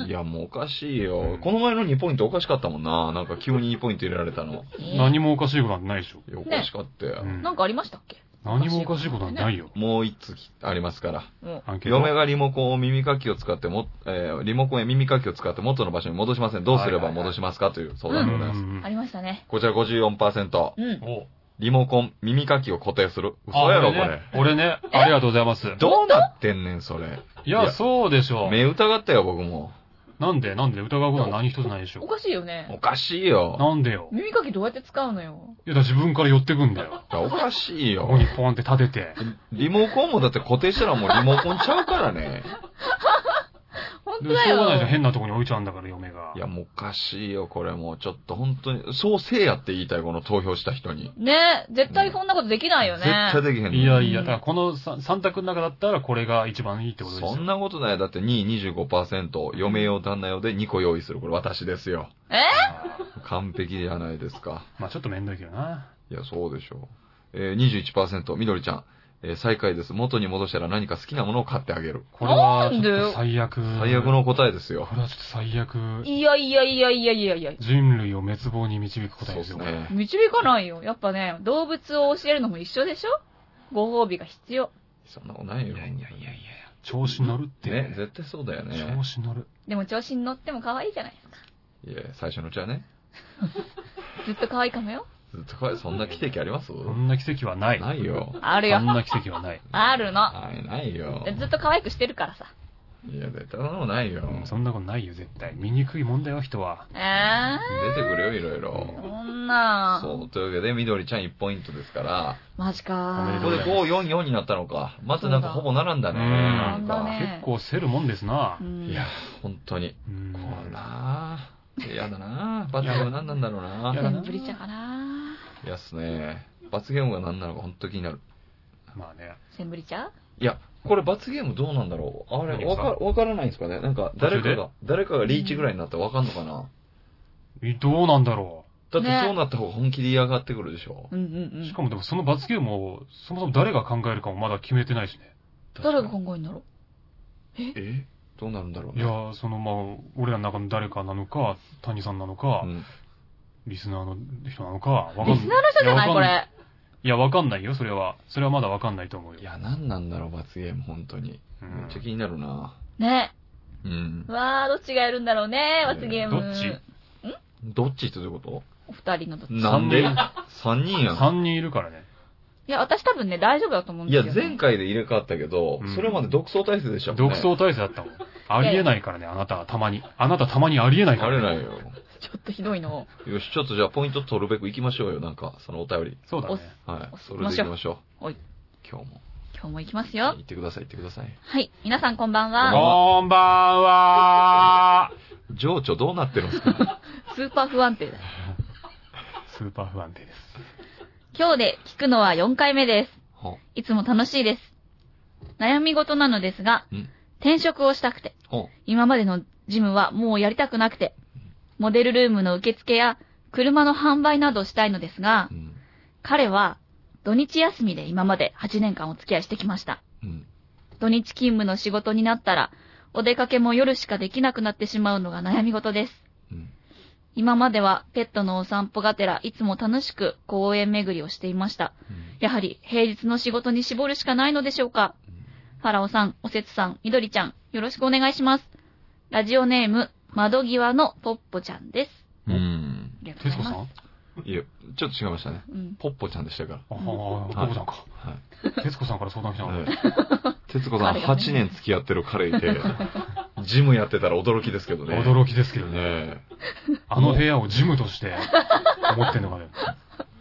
ーん
いや、もうおかしいよ
うん。
この前の2ポイントおかしかったもんな。なんか急に2ポイント入れられたの。
えー
何もおかしいことなんてないでしょ。
いやおかしかったよ。
うん
なんかありましたっけ
何もおかしいことなんてないよ。
もう1つきありますから。
うん
アンケート
嫁がリモコンを耳かきを使っても、えーリモコンや耳かきを使って元の場所に戻しません。どうすれば戻しますかという相談でございます。
うん
ありましたね
こちら54%。
うん
お
リモコン、耳かきを固定する。嘘やろ、こ
あ
れ。
俺ね、俺ねありがとうございます。
どうなってんねん、それ。
い
い
や、
や
そうでしょ
目疑ったよ、僕も。
う。なんで、なんで、疑うことは何一つないでし
お
ょ
かしいよ
お
ね
かしいよ。
なんでよ。
耳かきどうやって使うのよ
いや、だから自分から寄ってくんだよ。
おかしい
ここ
よ
に。ポンって立てて。
リモコンもだって固定したらもうリモコンちゃうからね。
本
で
当
し
だ
ょうがないじゃん。
よ
変なとこに置いちゃうんだから、嫁が。
いや、もうおかしいよ、これもう。ちょっと本当に、そうせいやって言いたい、この投票した人に。
ね絶対こんなことできないよね
絶対できへんの
いやいや、だからこの 3, 択の中だったらこれが一番いいってことですよ。
そんなことない。だって2位25%、嫁用、旦那用で2個用意する。これ私ですよ。
え
あー
完璧じゃないですか。
まあちょっとめんどいけどな。
いや、そうでしょう。えー、21%、みどりちゃん。えー最下位です。元に戻したら何か好きなものを買ってあげる。
これは、
なんで
最悪。
最悪。の答えですよ
こ。れはちょっと最悪。
いやいやいやいやいやいや
人類を滅亡に導く答
そ
え
うで
ですよ。
すね。
導かないよやっぱね動物を教えるのも一緒でしょご褒美が必要
そんなことないよ。
や。調子乗るって。
ね、絶対そうだよね
調。子乗る。
でも調子に乗っても可愛いじゃない
いや、最初のうちはね。
ずっと可愛いかもよ
これそんな奇跡あります
そんな奇跡はない。
ないよ。
ある
そ
よ
ん。な奇跡はない。
あるの。
はい、ないよ。
ずっと可愛くしてるからさ。
いや、絶対そんなもんないよ。
うんそんなことないよ、絶対。醜いもんだよ、人は。
え
出てくるよ、いろい
え
ろ
ー。。そんな。
そう、というわけで、みどりちゃん1ポイントですから、
マジ
おめ
か
で
こと
うご
こ
ざ
で
います
5、4、4になったのか。まずなんかほぼ並んだね。
うん
なんか
並んだね
結構せるもんですな
う。ん
いや、本当に。
うん
こうなぁ。嫌だなぁ。罰ゲームは何なんだろうな
嫌
全
だ
部
な
ブリちゃんかな
ぁ。いやっすね。罰ゲームが何なのか本当気になる。
まあね。
センブリちゃん
いや、これ罰ゲームどうなんだろうあれ、
何
わ
が
か、わからないんですかねなんか、誰か
途
が、誰かがリーチぐらいになったらわかんのかな
えどうなんだろ
だって
ね
そうなった方が本気で嫌がってくるでしょ
うんうんう
う。し
ん
か。もでもその罰ゲームを、そもそも誰が考えるかもまだ決めてないしね。
誰が考えんだろう
えどうなるんだろう
い
ね。
やー、そのまあ、俺らの中の誰かなのか、谷さんなのか
う、ん
リスナーの人なのか、わかんない。
リスナーの人じゃない
や
こ。れ。
いや、わかんないよ、それは。それはまだわかんないと思うよ。
いや、何なんだろう、罰ゲーム、本当に。
うん
めっちゃ気になるな
ね。
うん。
わー、どっちがやるんだろうね、罰ゲーム。
どっち
どっちってどういうこ
お二人のどっ
と
ち。
なんで
三
?3 人やん。
3人いるからね。
いや、私多分ね、大丈夫だと思うん
い
です
や、
よ、ね。
前回で入れ替わったけど
う、ん
それまで独走体制でしたもん
独
ね。
走体制だったもん。ありえないからね、あなたはたまに。あなたたまにありえないか
あ
ら、
れ
ね。
ないよ。
ちょっとひど いのを。
よし、ちょっとじゃあポイント取るべく行きましょうよ、なんか、そのお便り。
そうだね。
はい
お。
それで行きましょう。
はい。
今日も。
今日も行きますよ
行。ってください、行ってください。
はい。皆さんこんばん
お
は。
こんばんは
情緒どうなってるんですか
スーパー不安定だよ。
スーパー不安定です。
今日で聞くのは4回目です。
ほ
いつも楽しいです。悩み事なのですが、
うん
転職をしたくて、
ほ
今までのジムはもうやりたくなくて、モデルルームの受付や車の販売などしたいのですが
う、ん。
彼は土日休みで今まで8年間お付き合いしてきました。
うん。
土日勤務の仕事になったら、お出かけも夜しかできなくなってしまうのが悩み事です。
うん。
今まではペットのお散歩がてらいつも楽しく公園巡りをしていました。やはり平日の仕事に絞るしかないのでしょうか。ファラオさん、おせつさん、みどりちゃん、よろしくお願いします。ラジオネーム、窓際のポッポちゃんです。
うん。うん。
ありがとう
徹
ござ
子さ
い
ん
ま
あ
いや、ちょっと違いましたね。
す。うん。
ポッポちゃんでしたか
あ、ポコさんか。
ら。はい。
徹子さんから相談来た の。
はい徹子さん、
彼がね
8年付き合ってる彼いて、ジムやってたら驚きですけどね。
驚きですけ
き
どね。
ね。
あの部屋をジムと して思ってんのかね。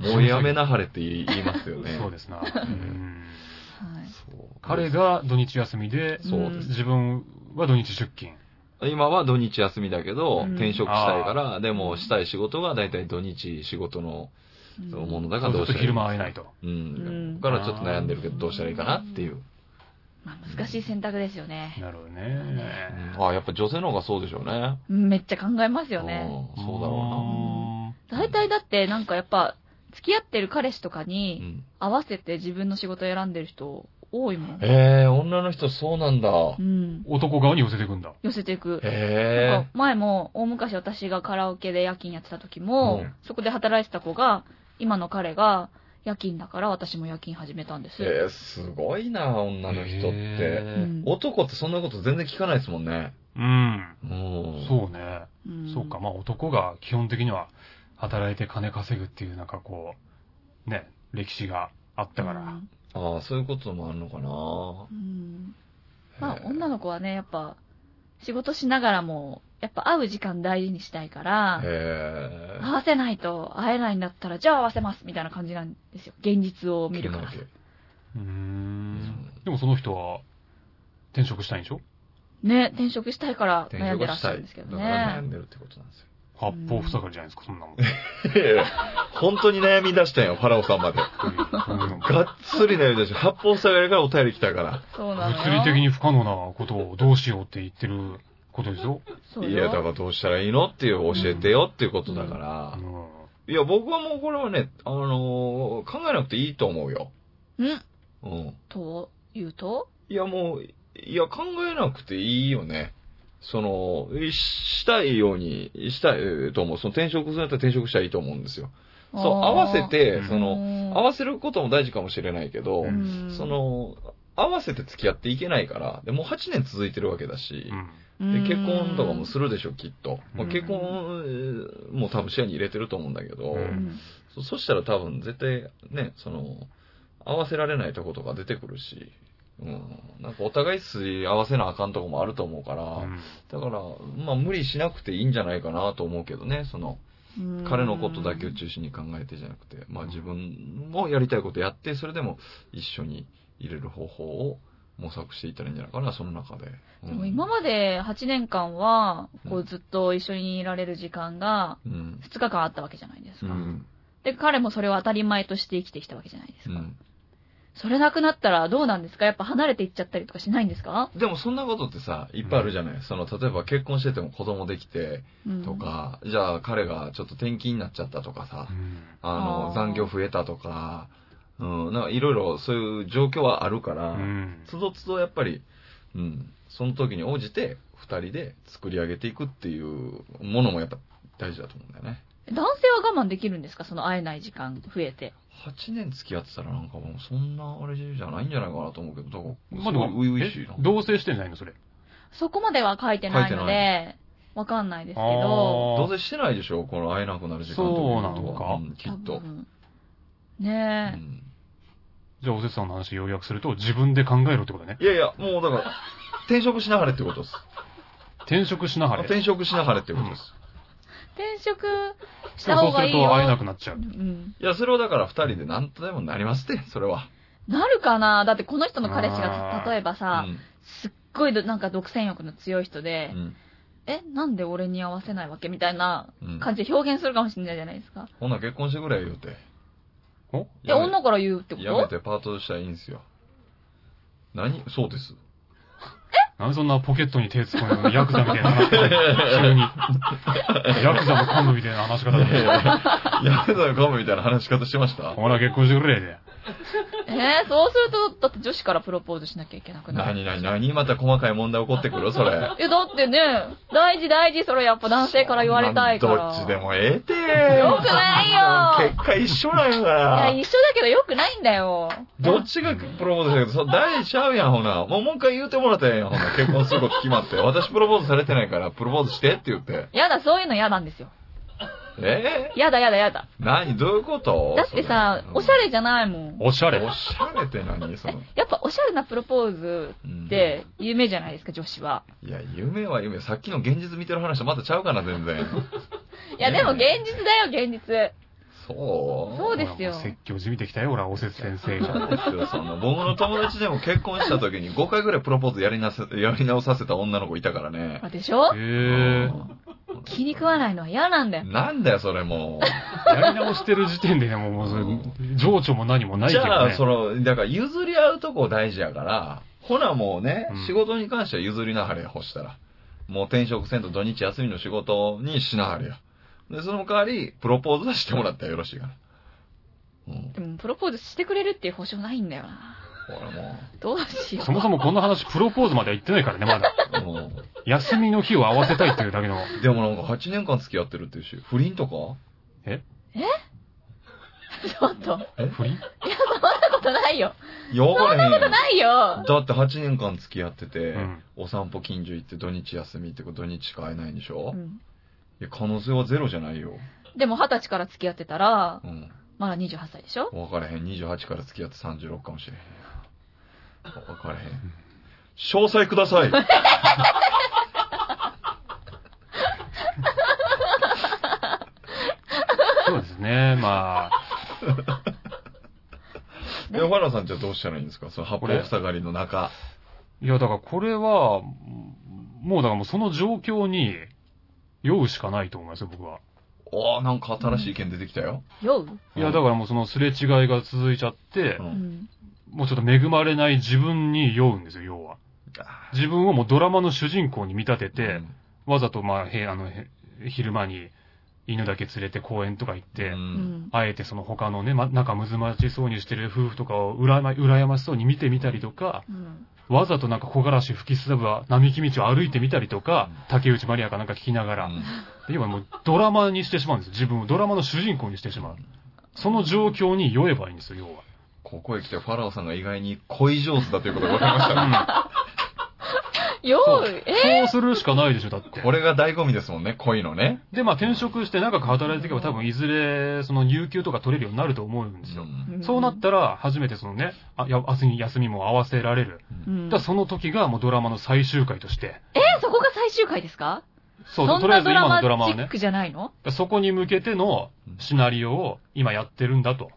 もうやめなはれって言い言いますよね。
そうですな。うん
はい。
そう
彼、が土日休みで、
そうです
自分は土日出勤。
今は土日休みだけど、
うん
転職したいから、でもしたい仕事が大体土日仕事の
うん
そうもの
だ
だ
か
か
らら
ど
ず
う
っ
し
と
たらいい
昼間会えないと。
うん
う。ん
ここからちょっと悩んでるけど、どうしたらいいかなっていう。
まあ、難しい選択ですよね。
なるほどね。
ああ、やっぱ女性の方がそうでしょうね。
うんめっちゃ考えますよね。
うんそうだろ
大体だってなんかやっぱ付き合ってる彼氏とか
うな。う
に
ん
合わせて自分の仕事選んでる人多いもん。
ええ、女の人そうなんだ。
うん。
男側に寄せてくんだ。
寄せていく。な
え
んか前も大昔私がカラオケで夜勤やってた時も、
うん
そこで働いてた子が今の彼が夜勤だから私も夜勤始めたんで
え。
す。
ええ、すごいな、女の人って。
へ
うん
男ってそんなこと全然聞かないですもんね。
ーうん。
うん。
そうね。
うん
そうか。まあ男が基本的には働いて金稼ぐっていうなんかこう、ね、歴史があったか
う
ら。
ん
ああ、そういうこともあるのかな。
うんまあ
へえ
女の子はね、やっぱ仕事しながらも、やっぱ会う時間大事にしたいから、
へえ。
合わせないと会えないんだったら、じゃあ合わせますみたいな感じなんですよ。現実を見るから。
うーん。でもその人は転職したいんでしょ
ね、転職したいから
転
悩ん
職
でらっ
し
しゃ
た
る
い。
ん
だ
ですけ
か
ど
ら悩
ね。
んでるってことなんですよ。
八方塞がりじゃないですか、そんな もん。
いやいや本当に悩み出したよ、ファラオさんまで。がっつり悩み出した。八方下がりからお便り来たから。
そうなのよ。
物理的に不可能なことをどうしようって言ってることですよ。
そうよ。
いや、だからどうしたらいいのっていう、教えてよっていうことだから。
うん
いや、僕はもうこれはね、あのー考えなくていいと思うよ。
うん
うん。
というと
いや、もう、いや、考えなくていいよね。その、ししたいように、したいと思う。その転職するんだったら転職したらいいと思うんですよ。そう、合わせ、て
う、ん
その、合
の
わせることも大事かもしれないけど、
うん
そ、の、合わせて付き合っていけないから、でもう8年続いてるわけだし
う、ん。
で結婚とかもするでしょ、きっと。まあ
うん
結婚えーもう多分視野に入れてると思うんだけど、
う
うんん
そそしたら多分絶対ね、その、合わせられないとことか出てくるし、うん、なんかお互い吸い合わせなあかんとこもあると思うから、
うん
だから、まあ無理しなくていいんじゃないかなと思うけどね、その、
うん
彼のことだけを中心に考えてじゃなくて、まあ自分もやりたいことやって、それでも一緒に入れる方法を模索していったらいいんじゃないかな、その中で。うん
でも今まで8年間は、こ
う
うんずっと一緒にいられる時間が
うん。
2日間あったわけじゃないです
う
か。
ん。
で、彼もそれを当たり前として生きてきたわけじゃないです
う
か。
ん。
それなくなったらどうなんですかやっぱ離れていっちゃったりとかしないんですか、
でもそんなことってさ、いっぱいあるじゃない、その、例えば結婚してても子供できて、
うん
と。か、じゃあ彼がちょっと転勤になっちゃったとかさ
う、ん
あの、
あー
残業増えたとか、うん、なんかいろいろそういう状況はあるから、
うん
つどつどやっぱり、うん、その時に応じて二人で作り上げていくっていうものもやっぱ大事だと思うんだよね。
男性は我慢できるんですかその会えない時間増えて。
8年付き合ってたらなんかもうそんなあれじゃないんじゃないかなと思うけど、どこ
まあでも
すごい初々しい
え
な。
同棲してんじゃないのそれ。
そこまでは書いてない
書
の
いて
で、わかんないですけ
あ
ど、
ー
どうせしてないでしょこの会えなくなる時間と
そうな
と
のか
はうんき
多
っと。
分。
う
ねえ。
ん
じゃあ、おせつさんの話要約すると、自分で考えろってことね。
いやいや、もうだから、転職しなはれってこと です。
転職しなはれ。
転職しなはれってことです。
転職し
で
た
もそ
方
う
が
す
い
る
いよ。
と会えなくなっちゃう
う。ん。
いや、それをだから二人で何とでもなりますって、それは。
なるかなだってこの人の彼氏
あ
が、
ー
例えばさ、
うん
すっごいどなんか独占欲の強い人で、
うん。
え、なんで俺に合わせないわけみたいな
うん。
感じで表現するかもしれないじゃないですか。
ほな結婚してくれ言うて。
お
え、女から言うってこ
やめ
と
てパートしたらいいんですよ。何そう です。
なんでそんなポケットに手突っ込んでるのヤクザみたいな話 急に。ヤクザのコンボみたいな話し方
いやい
で。
やめたらかむみたいな話し方してました
ほら、結婚してくれで。
えー、そうすると、だって女子からプロポーズしなきゃいけなくなる。
何何何また細かい問題起こってくるそれ。
いや、だってね、大事大事、それやっぱ男性から言われたいから。
どっちで
い
もええて
よくないよ
結果一緒なんやか
や、
ら。
一緒だけど良くないんだよ。
どっちがプロポーズしたけど、そう大事ちゃうやん、ほな。もうもう一回言うてもらったらええやん、ほな。結婚すること決まって。私プロポーズされてないから、プロポーズしてって言って。
やだ、そういうの嫌なんですよ。
ええ
やだやだやだ。
何どういうこと
だってさ、おしゃれじゃないもん。
おしゃ
ゃ
れ
お。しゃれって何そ
え
の。、
やっぱおしゃれなプロポーズって夢じゃないですか、女子は。
いや、夢は夢。さっきの現実見てる話とまたちゃうかな、全然。
いや、でも現実だよ、現実。
そう
そうですよ
ほらもう説教じみてきたよ、ほら、おせつ先生
そ
が。
うですよそんな僕の友達でも結婚した時に5回ぐらいプロポーズやりなせやり直させた女の子いたからね。
あでしょ
へ
う
え。
ん
気に食わないのは嫌なんだよ。
なんだよ、それも
やり直してる時点でね、もうもうそれ、情緒も何もな
う。
い
じ
けどね。
ゃあ、その、だから譲り合うとこ大事やから、ほなもうね
うん、
仕事に関しては譲りなはれよ、ほしたら。もう転職せんと土日休みの仕事にしなはれよ。で、その代わり、プロポーズはしてもらったらよろしいかな。うん。
でも、プロポーズしてくれるっていう保証ないんだよな。
ほらも
どうしよ
そもそもこの話、プロポーズまでは言ってないからね、まだ。
う。もう
休みの日を合わせたいっていうだけの。
でもなんか8年間付き合ってるっていうし、不倫とか
う。ちょっと、そんな
え
不倫
ことないよ。
いや、わかれへんやん
ないよ。
だって8年間付き合ってて、
うん
お散歩近所行って土日休みってこと土日しか会えないんでしょ、
う
い
ん
や、可能性はゼロじゃないよ。
でも、二十歳から付き合ってたら
う、ん。
まだ28歳でしょ
分かれへん。28から付き合って36かもしれへん。分かれへん。詳細ください。
そうですね、まあ。
で、小原さんじゃあどうしたらいいんですかその八方塞がりの中。
いや、だからこれは、もうだからもうその状況に酔うしかないと思いますよ、僕は。
おー、なんか新しい意見出てきたよ。
酔う
いや、だからもうそのすれ違いが続いちゃって
う、。
うんん。
もうちょっと恵まれない自分に酔うんですよ、要は。
あ
自分をもうドラマの主人公に見立て
ー
て、、わざとまあ、へあの、へ昼間に犬だけ連れて公園とか行っ
で、
て
う、。
うんん。
あえてその他のね、ま、仲むずまじそうにしてる夫婦とかを羨ま、羨ましそうに見てみたりとか、
うん。
わざとなんか木枯らし吹きすらぶ並木道を歩いてみたりとか、竹内まりやかなんか聞きながら、で今もうドラマにしてしまうんですよ。自分をドラマの主人公にしてしまう。その状況に酔えばいいんですよ、要は。
ここへ来てファラオさんが意外に恋上手だということが分かりましたね。
よ
そう
ーい。え
そうするしかないでしょ、だ って。
これが醍醐味ですもんね、恋のね。
で、まあ転職して長く働いていけば多分いずれ、その有給とか取れるようになると思うんですよ。
う
そうなったら、初めてそのね、あ、や、明日に休みも合わせられる。
うんん
だからその時がもうドラマの最終回として。
えーそこが最終回ですか
そう、
そ
と
ん
りあえ
な
ず
ドラ
今のドラマ
マ
は
チッ
ね、
クじゃないの
そこに向けてのシナリオを今やってるんだと。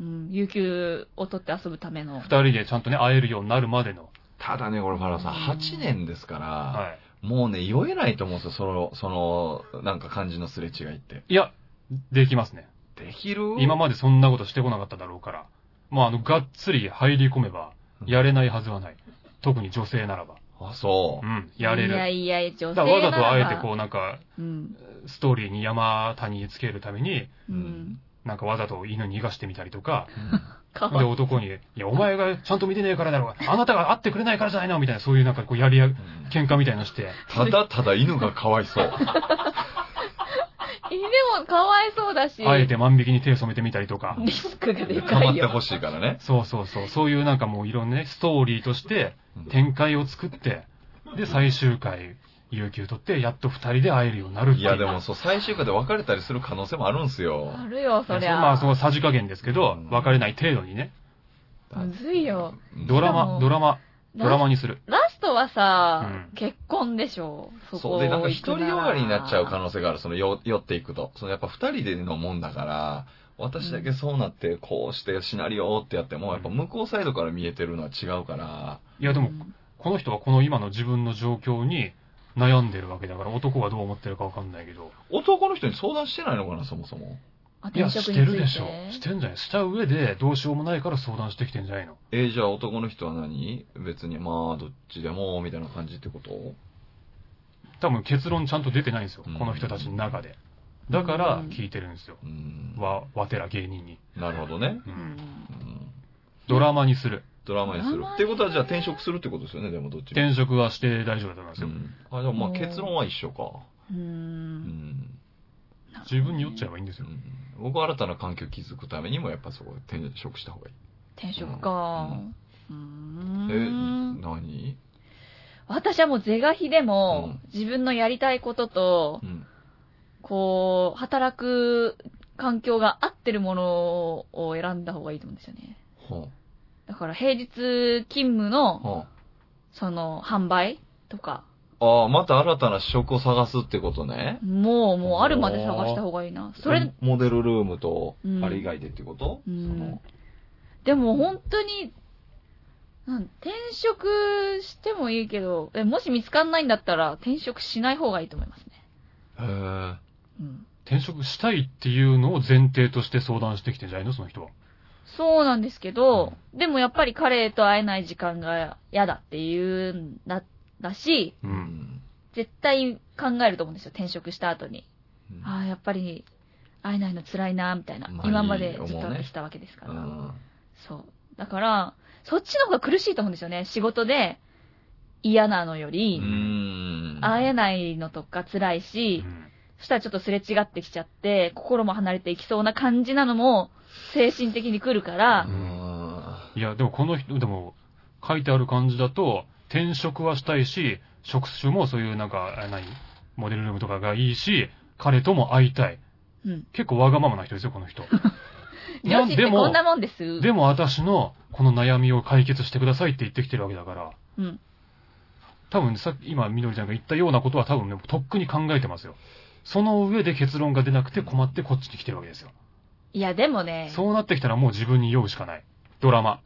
うん
うん、有給を取って遊ぶための
二。人でちゃんとね、会えるようになるまでの。
ただね、これファラオさん、8年ですから、
は
もうね、酔えないと思うんですよ、その、その、なんか感じのすれ違いって。
い。いや、できますね。
できる
今までそんなことしてこなかっただろうから。まあ、あの、がっつり入り込めば、やれないはずはない。特に女性ならば。
あ、そうう。
ん、やれ
いや
る。
いや、女性
だか
な
ら
ら
わざとあえてこうなんか、
う。うん。
ストーリーに山谷つけるために、
う。
うんん
なんかわざと犬逃がしてみたりとか、
か
で、男に、いや、お前がちゃんと見てねえからだろうが、あなたが会ってくれないからじゃないのみたいな、そういうなんかこうやりや、喧嘩みたいのして、
ただただ犬がかわいそう。
犬もかわいそうだし、
あえて万引きに手を染めてみたりとか、
リスクがで
捕
か
まっ
い
てほ
よ。
しいからね。
そうそうそう、そういうなんかもういろんなね、ストーリーとして
うん
展開を作って、で、最終回、有給取って、やっと二人で会えるようになるってい。
いうや、でもそう、最終回で別れたりする可能性もあるんすよ。
あるよ、そ
い
り
や
ゃ。
まあ、そのさじ加減ですけど
うん、
別れない程度にね、
むずいよ。
ドラ
しか
マ、
も
ドラマ、ドラマにする。
ラストはさ、
うん
結婚でしょ。そこ
そうで、なんか一人よがりになっちゃう可能性がある、その酔酔っていくと。そのやっぱ二人でのもんだから、私だけそうなって、こうしてシナリオってやっても、やっぱ向こうサイドから見えてるのは違うから、
いや、でも、この人はこの今の自分の状況に悩んでるわけだから、男はどう思ってるかわかんないけど。
男の人に相談してないのかな、そもそも。
あ
いや、
転
し
職
て
につい
るでしょ。してんじゃないした上で、どうしようもないから相談してきてんじゃないの
えーじゃあ男の人は何別に、まあ、どっちでも、みたいな感じってこと
多分結論ちゃんと出てないんですよ。
うん
この人たちの中で。だから、聞いてるんですよ。
うん。
わ、わてら芸人に。
なるほどね。
う
うんん
うん
ドラマにする。
ドラマにす
ド
る
ラマ。ね
ってことは、じゃあ転職するってことですよね、でもどっちも。
転職はして大丈夫だと思います
う
よ。
ん。あ、じゃあまあ結論は一緒か。
う。
うんん。
自分に酔っちゃえばいいんです
う
よ。
ん僕は新たな環境を築くためにもやっぱそこで転職した方がいい。
転職か。う
え、
ーん。
何
私はもう是が非でも、
う
自分のやりたいことと
う、ん。
こう、働く環境が合ってるものを選んだ方がいいと思うんですよね。
ほ
だから平日勤務
う。
の、
ほ
その、販売とか、
う。ああ、また新たな職を探すってことね。
もう、もうあるまで探した方がいいな。それ、
モデルルームと
うん、
あれ以外でってこと、
うん
その
でも本当に、なん転職してもいいけど、えもし見つかんないんだったら転職しない方がいいと思いますね。
へえ。
うん。
転職したいっていうのを前提として相談してきてんじゃないのその人は。
そうなんですけど、でもやっぱり彼と会えない時間が嫌だっていうんだ、だし、
う。
うんん。
絶対考えると思うんですよ、転職した後に。
うん
ああ、やっぱり会えないの辛いな、みたいな。
まあ
今まで
いい思う
ず
ね
っと会ってきたわけですか
う
ら。
ん。
そう。だから、そっちの方が苦しいと思うんですよね。仕事で嫌なのより、
うん。
会えないのとか辛いうし、
ん
そしたらちょっとすれ違ってきちゃって、心も離れていきそうな感じなのも、精神的に来るから
う、ん。
いや、でもこの人、でも、書いてある感じだと、転職はしたいし、職種もそういうなんか、あ何モデルルームとかがいいし、彼とも会いたい。
うん。
結構わがままな人ですよ、この 人。いや
女子っ
で
て
も
こんなもんです。
でも私のこの悩みを解決してくださいって言ってきてるわけだから、
うん。
多分さっき今みどりちゃんが言ったようなことは多分ね、とっくに考えてますよ。その上で結論が出なくて困ってこっちに来てるわけですよ。
いや、でもね、
そうなってきたらもう自分に酔うしかない。ドラマ。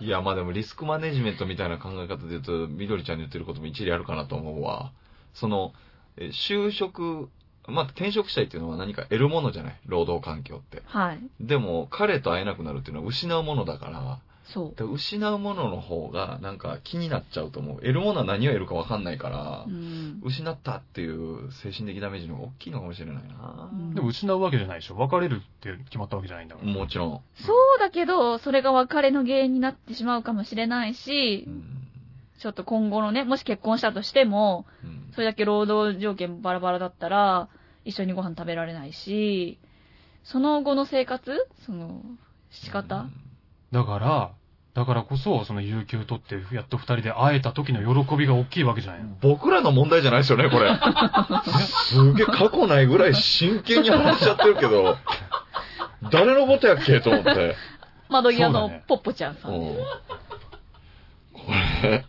いや、まあでもリスクマネジメントみたいな考え方で言うと、みどりちゃんの言ってることも一理あるかなと思うわ。その、え就職、まあ転職したいっていうのは何か得るものじゃない労働環境って。
はい。
でも、彼と会えなくなるっていうのは失うものだから、
そ
で失うものの方がなんか気になっちゃうと思う。得るものは何を得るかわかんないから
う。う、ん。
失ったっていう精神的ダメージの方が大きいのかもしれないな。
うん
でも失うわけじゃないでしょ。別れるって決まったわけじゃないんだから。
もちろん。
そうだけど、それが別れの原因になってしまうかもしれないし
う、ん
ちょっと今後のね、もし結婚したとしても、
うん
それだけ労働条件バラバラだったら、一緒にご飯食べられないし、その後の生活その、仕
う
方
ん
だから、だからこそ、その有給取って、やっと二人で会えた時の喜びが大きいわけじゃないの。
僕らの問題じゃないですよね、これ。すげえ過去ないぐらい真剣に話しちゃってるけど、 誰のことやっけと思って。
窓際
そう
の
だね
ポッポちゃんさ。
うんんこれ、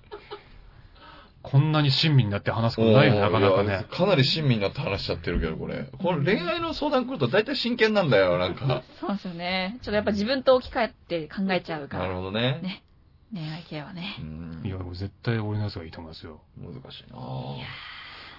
こんなに親身になって話すことないよ、
うん
なかなか
いや
ね。
かなり親身になって話しちゃってるけど、これ。これ恋愛の相談来ると大体真剣なんだよ、なんか。
そうですよね。ちょっとやっぱ自分と置き換えて考えちゃうか
なる
ら、
ほどね。
ね恋愛系はね
う。ん
いや、でも絶対俺のやつがいいと思いますよ。
難しいな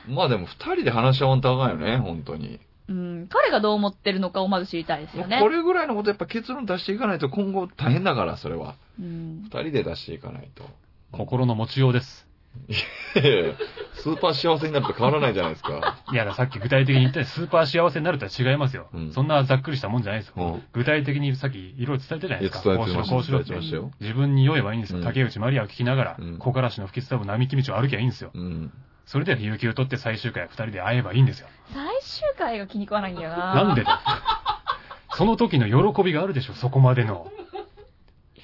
まあでも二人で話し合わんとあかんよね、本当に。
うん、彼がどう思ってるのかをまず知りたいですよ
もう
ね
こ。れぐらいのことやっぱ結論出していかないと今後大変だから、それは。
うん
二人で出していかないと。
心の持ちようです。
いやいやスーパー幸せになると変わらないじゃないで すか。
いや、だからさっき具体的に言ったようにスーパー幸せになるとは違いますよ。
うん
そんなざっくりしたもんじゃないですよ。
うん。
具体的にさっきいろいろ伝えたじゃない
い
で
や
すか。
伝えてました
こうしろ、こうし
伝
ろっ
えてま
て。
したよ。
自分に酔えばいいんですよ。
うん
竹内まりやを聞きながら、
うん
木枯らしの不吉多分並木道を歩きゃいいんですよ。
うん。
それで有給を取って最終回二人で会えばいいんですよ。
最終回が気に食わないんだよな。
なんでだその時の喜びがあるでしょ、そこまでの。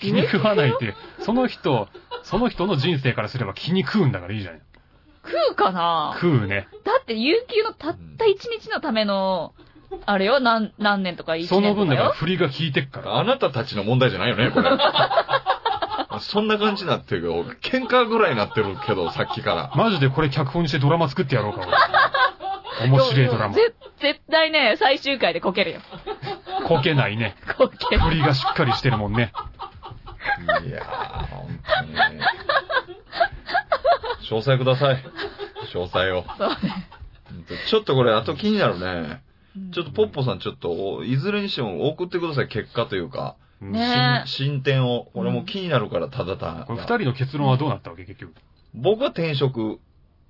気に食わないって、その人、その人の人生からすれば気に食うんだからいいじゃない。
食うかな
食うね。
だって、有給のたった1日のための、あれよ、何、何年とか1年と
そ
か
の
よ。
分だから振りが効いてっから。
あなたたちの問題じゃないよね、これ。 そんな感じになってるけど、喧嘩ぐらいになってるけど、さっきから。
マジでこれ脚本にしてドラマ作ってやろうか、俺。面白いドラマ。
ぜ絶対ね、最終回でこけるよ。
こけないね。
こける。
振りがしっかりしてるもんね。
いやー、本当にね。詳細ください。詳細を。
そう
ちょっとこれ、あと気になるね。
うん
ちょっとポッポさん、ちょっと、いずれにしても送ってください、結果というか。
ね
新進展を。俺も気になるから、ただ単
これ二人の結論はどうなったわけ、結局。
僕は転職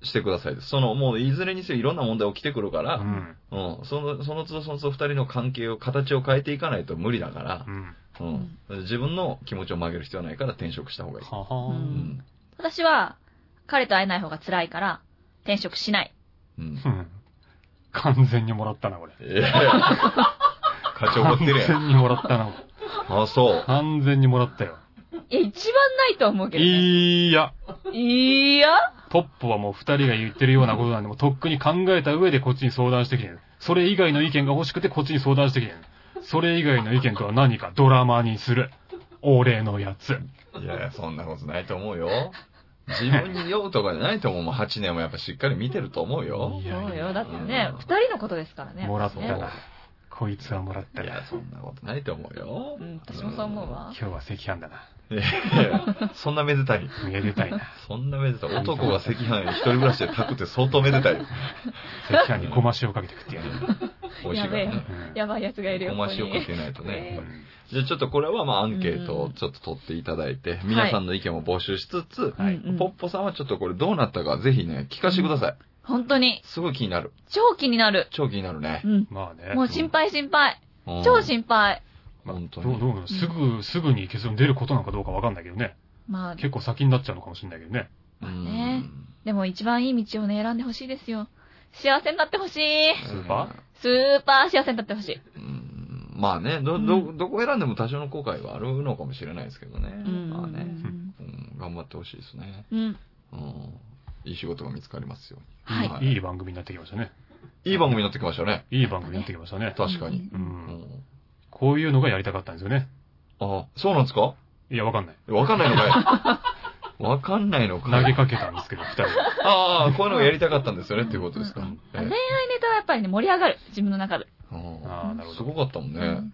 してくださいです。その、もう、いずれにせよいろんな問題起きてくるか
う
ら、
ん。
うん。その、その都度その都度二人の関係を、形を変えていかないと無理だから
う、ん。
うん。自分の気持ちを曲げる必要はないから転職した方がいい。
はは
う
うん
ん。
ん。
私は、彼と会えない方が辛いから、転職しない。
うん。
うん。完全にもらったな、これ。
いやいや課長怒ってるやん。
完全にもらったな。
あ、そう。
完全にもらったよ。
いや、一番ないと思うけど、ね。
いや、
いや、
ポップはもう二人が言ってるようなことなんで、もうとっくに考えた上でこっちに相談してきてる。それ以外の意見が欲しくてこっちに相談してきてる。それ以外の意見とは何かドラマにする。俺のやつ。
いやいや、そんなことないと思うよ。自分に酔うとかじゃないと思う。もう8年もやっぱしっかり見てると思うよ。
いやいや
そうよ。だってね、二人のことですからね。
もらった
そう
わ。こいつはもらっ
い
たわ。
や、そんなことないと思うよ
う。ん、私もそう思うわ。
今日は赤飯だな。
いやいやそんなめでたい。
めでたいな。
そんなめでたい。男が赤飯一人暮らしで炊くって相当めでたい。
赤飯にごま塩かけて食って やる。
美味しいから
やべ
ね。
うん
やばいやつがいるよ。
ごま
こ
塩
こに
かけないとね。やっぱり
うん
じゃあちょっとこれはまあアンケートをちょっと取っていただいて、皆さんの意見も募集しつつ、
はい
うんうん
ポッポさんはちょっとこれどうなったかぜひね、聞かせてください。
本当に、
すごい気になる。
超気になる。
超気になるね
う。ん。
まあね。
もう心配心配。
うん
超心配。
まあ
本当
ど
に
う、。どうなのすぐ、すぐに結論出ることなんかどうかわかんないけどね。
まあ、
結構先になっちゃうのかもしれないけどね。
うん
ねでも一番いい道をね、選んでほしいですよ。幸せになってほしい。
スーパ
スーパー幸せになってほしい。
うんまあね、ど、
う
ど、どこ選んでも多少の後悔はあるのかもしれないですけどね。
うん。
まあね、うん。頑張ってほしいですね。
うん。
うん。いい仕事が見つかりますよう
はい
に。
いい番組になってきましたね。
い。いい番組になってきましたね。
いい番組になってきましたね。
確かに。
う。
うんん。
こういうのがやりたかったんですよね。
あ、そうなんですか
いや、わか んない。
わかんないのかい。わかんないの
投
か
げ
い。
かけたんですけど、二人は。。
ああ、こういうのがやりたかったんですよねっていうことですか
うん恋愛ネタはやっぱりね、盛り上がる。自分の中で。
あ
ああ、なる
す
ほ
ご
ど。
かったもんね。
うん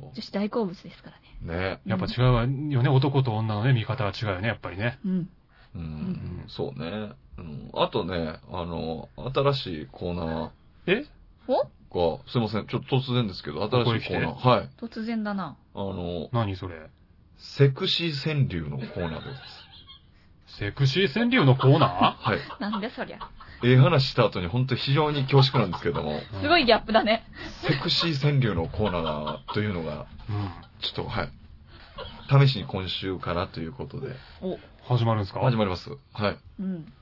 本
女子大好物ですからね。
当ね。
やっぱ違うわよね。男と女のね、見方は違うよね、やっぱりね。
うん。
うん。そうね。うん。あとね、あの、新しいコーナ
え
ーが、すいません、ちょっと突然ですけど、新しいコーナ
ここへ
ー。はい。
突然だな。
あの、
何それ
セクシー川柳のコーナーです。
セクシー川柳のコーナ
はい。
なんでそりゃ。
ええ話した後に本当に非常に恐縮なん ですけども、
ー
すごい。ギャップだね。
セクシー川柳のコーナーというのが、
うん。
ちょっと、はい。試しに今週からということで、
お。
始まるんですか
始まります。はい。
うん。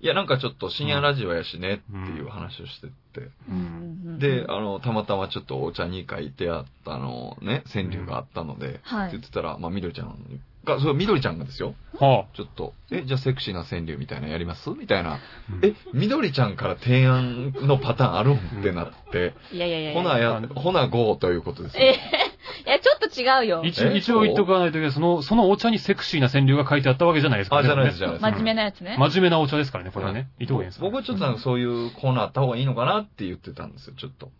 いや、なんかちょっと深夜ラジオやしねっていう話をしてって。
うん
で、あの、たまたまちょっとお茶に書いてあった、あの、ね、川柳があったので、って
はい
言ってたら、まあ、みどりちゃんが、そう、みどりちゃんがですよ。
はあ。
ちょっと、え、じゃあセクシーな川柳みたいなのやりますみたいな。
うん
え、みどりちゃんから提案のパターンあるんってなって、
いやいやいやいや。
ほなや、ほな5ということですよ。
えーいや、ちょっと違うよ。
一
え
一応言っとかないといけない。その、そのお茶にセクシーな川柳が書いてあったわけじゃないですから
あ、
ね。
じゃないです、じゃないです。
真面目なやつね。
真面目なお茶ですからね、これはね。伊藤園さん。
僕はちょっとなんかそういうコーナーあった方がいいのかなって言ってたんですよ、ちょっと。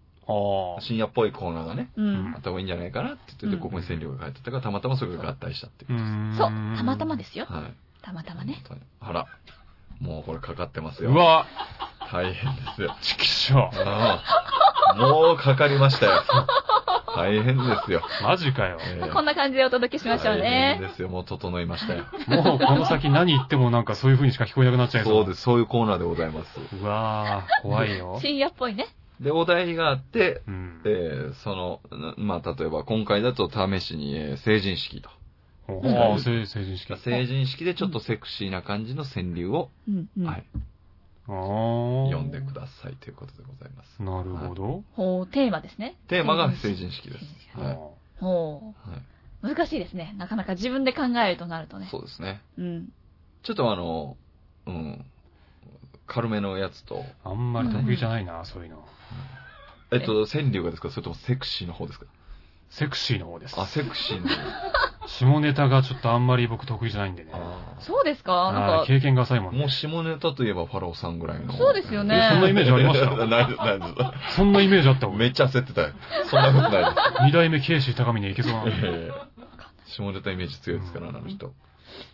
ああ。
深夜っぽいコーナーがね、
う
あ
ん。
った方がいいんじゃないかなって言って
うん
て、ここに線量が書いてたから、たまたまそれが合体したっていうう。
ーん
そう、たまたまですよ。
はい。
たまたまね。
本当にあら、もうこれかかってますよ。
うわ、
大変です よ。
ちきしょ
ああもうかかりましたよ。大変ですよ。
う。マジかよ。
ええ
こんな感じでお届けしましょう
大
ね。
変ですよ。もう整いましたよ。
もうこの先何言ってもなんかそういう風にしか聞こえなくなっちゃい。
そうですす。そういうコーナーでございます。
うわー、怖い よ。
深夜っぽいね。
で、お題があって、
うん
え。ーその、なまあ、例えば今回だと試しに、えー成人式と。
おー、成成人式。
成人式でちょっとセクシーな感じの川柳を、
うんうん。
はい、
お
読んでくださいということでございます。
なるほど。
ほう、テーマですね。
テーマが成人式です。はい。は
う
ほう。難しいですね。なかなか自分で考えるとなると
い
ね。
そうですね。
うん。
ちょっとあの、うん、軽めのやつと、
んあんまり得意じゃないな、そういうの。
えっと、川柳がですかそれともセクシーの方ですか
セクシーの方です。
あ、セクシーの 方。
下ネタがちょっとあんまり僕得意じゃないんでね。
あ
そうですかな
あ
ん
ー
か、
経験が浅いも
ー
ん
も
ね
う。下ネタといえばファローさんぐらいの。
そうですよね
えそんなイメージありました
ないです、ないです。
そんなイメージあったもん。
めっちゃ焦ってたよ。そんなことないです。
二代目ケイシー高峰いけそう な。
ええ下ネタイメージ強いですから、あの人。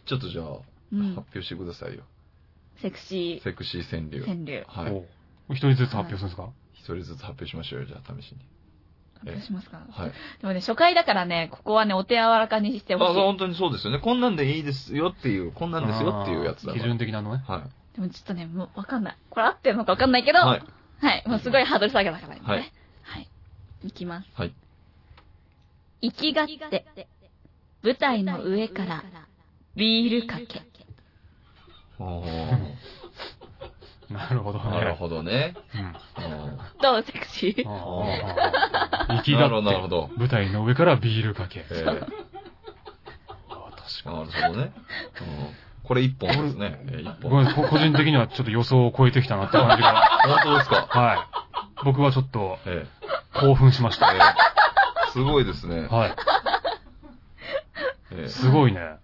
ちょっとじゃあ、
う
発
ん。
表してくださいよ。
セクシ
セクシー川柳
ー、。川柳。
お
はい。
う一人ずつ発表するんですか
一人ずつ発表しましょうよ、じゃあ試しに。
どうしますか
はい。
でもね、初回だからね、ここはね、お手柔らかにして
あ、
ほしい。
本当にそうですよね。こんなんでいいですよっていう、こんなんですよっていうやつだ
あー
か
基
ら。
準的なのね。
は
でもちょっとね、もうわかんない。これ合ってるのかわかんないけ
い。
ど、
は
はい
い。。
もうすごいハードル下げだからね。
は
はい
い。
はい。いきます。
はい。
生きがって、舞台の上からビールかけ。
お
なるほどね。
ーなるほどね。
うん
あー
どうセクシー
あー生きが
な
っ
るほど、なるほ
て、
ど。
舞台の上からビールかけ。
えー
あー確か
なるほどね。うんこれ一本ですね。えー一
に。ご
本。
めん、こ個人的にはちょっと予想を超えてきたなって感じが。
本当ですか。
はい。僕はちょっと
え
興奮しまし
ー
た。
えーすごいですね。
はい。
えー
すごいね。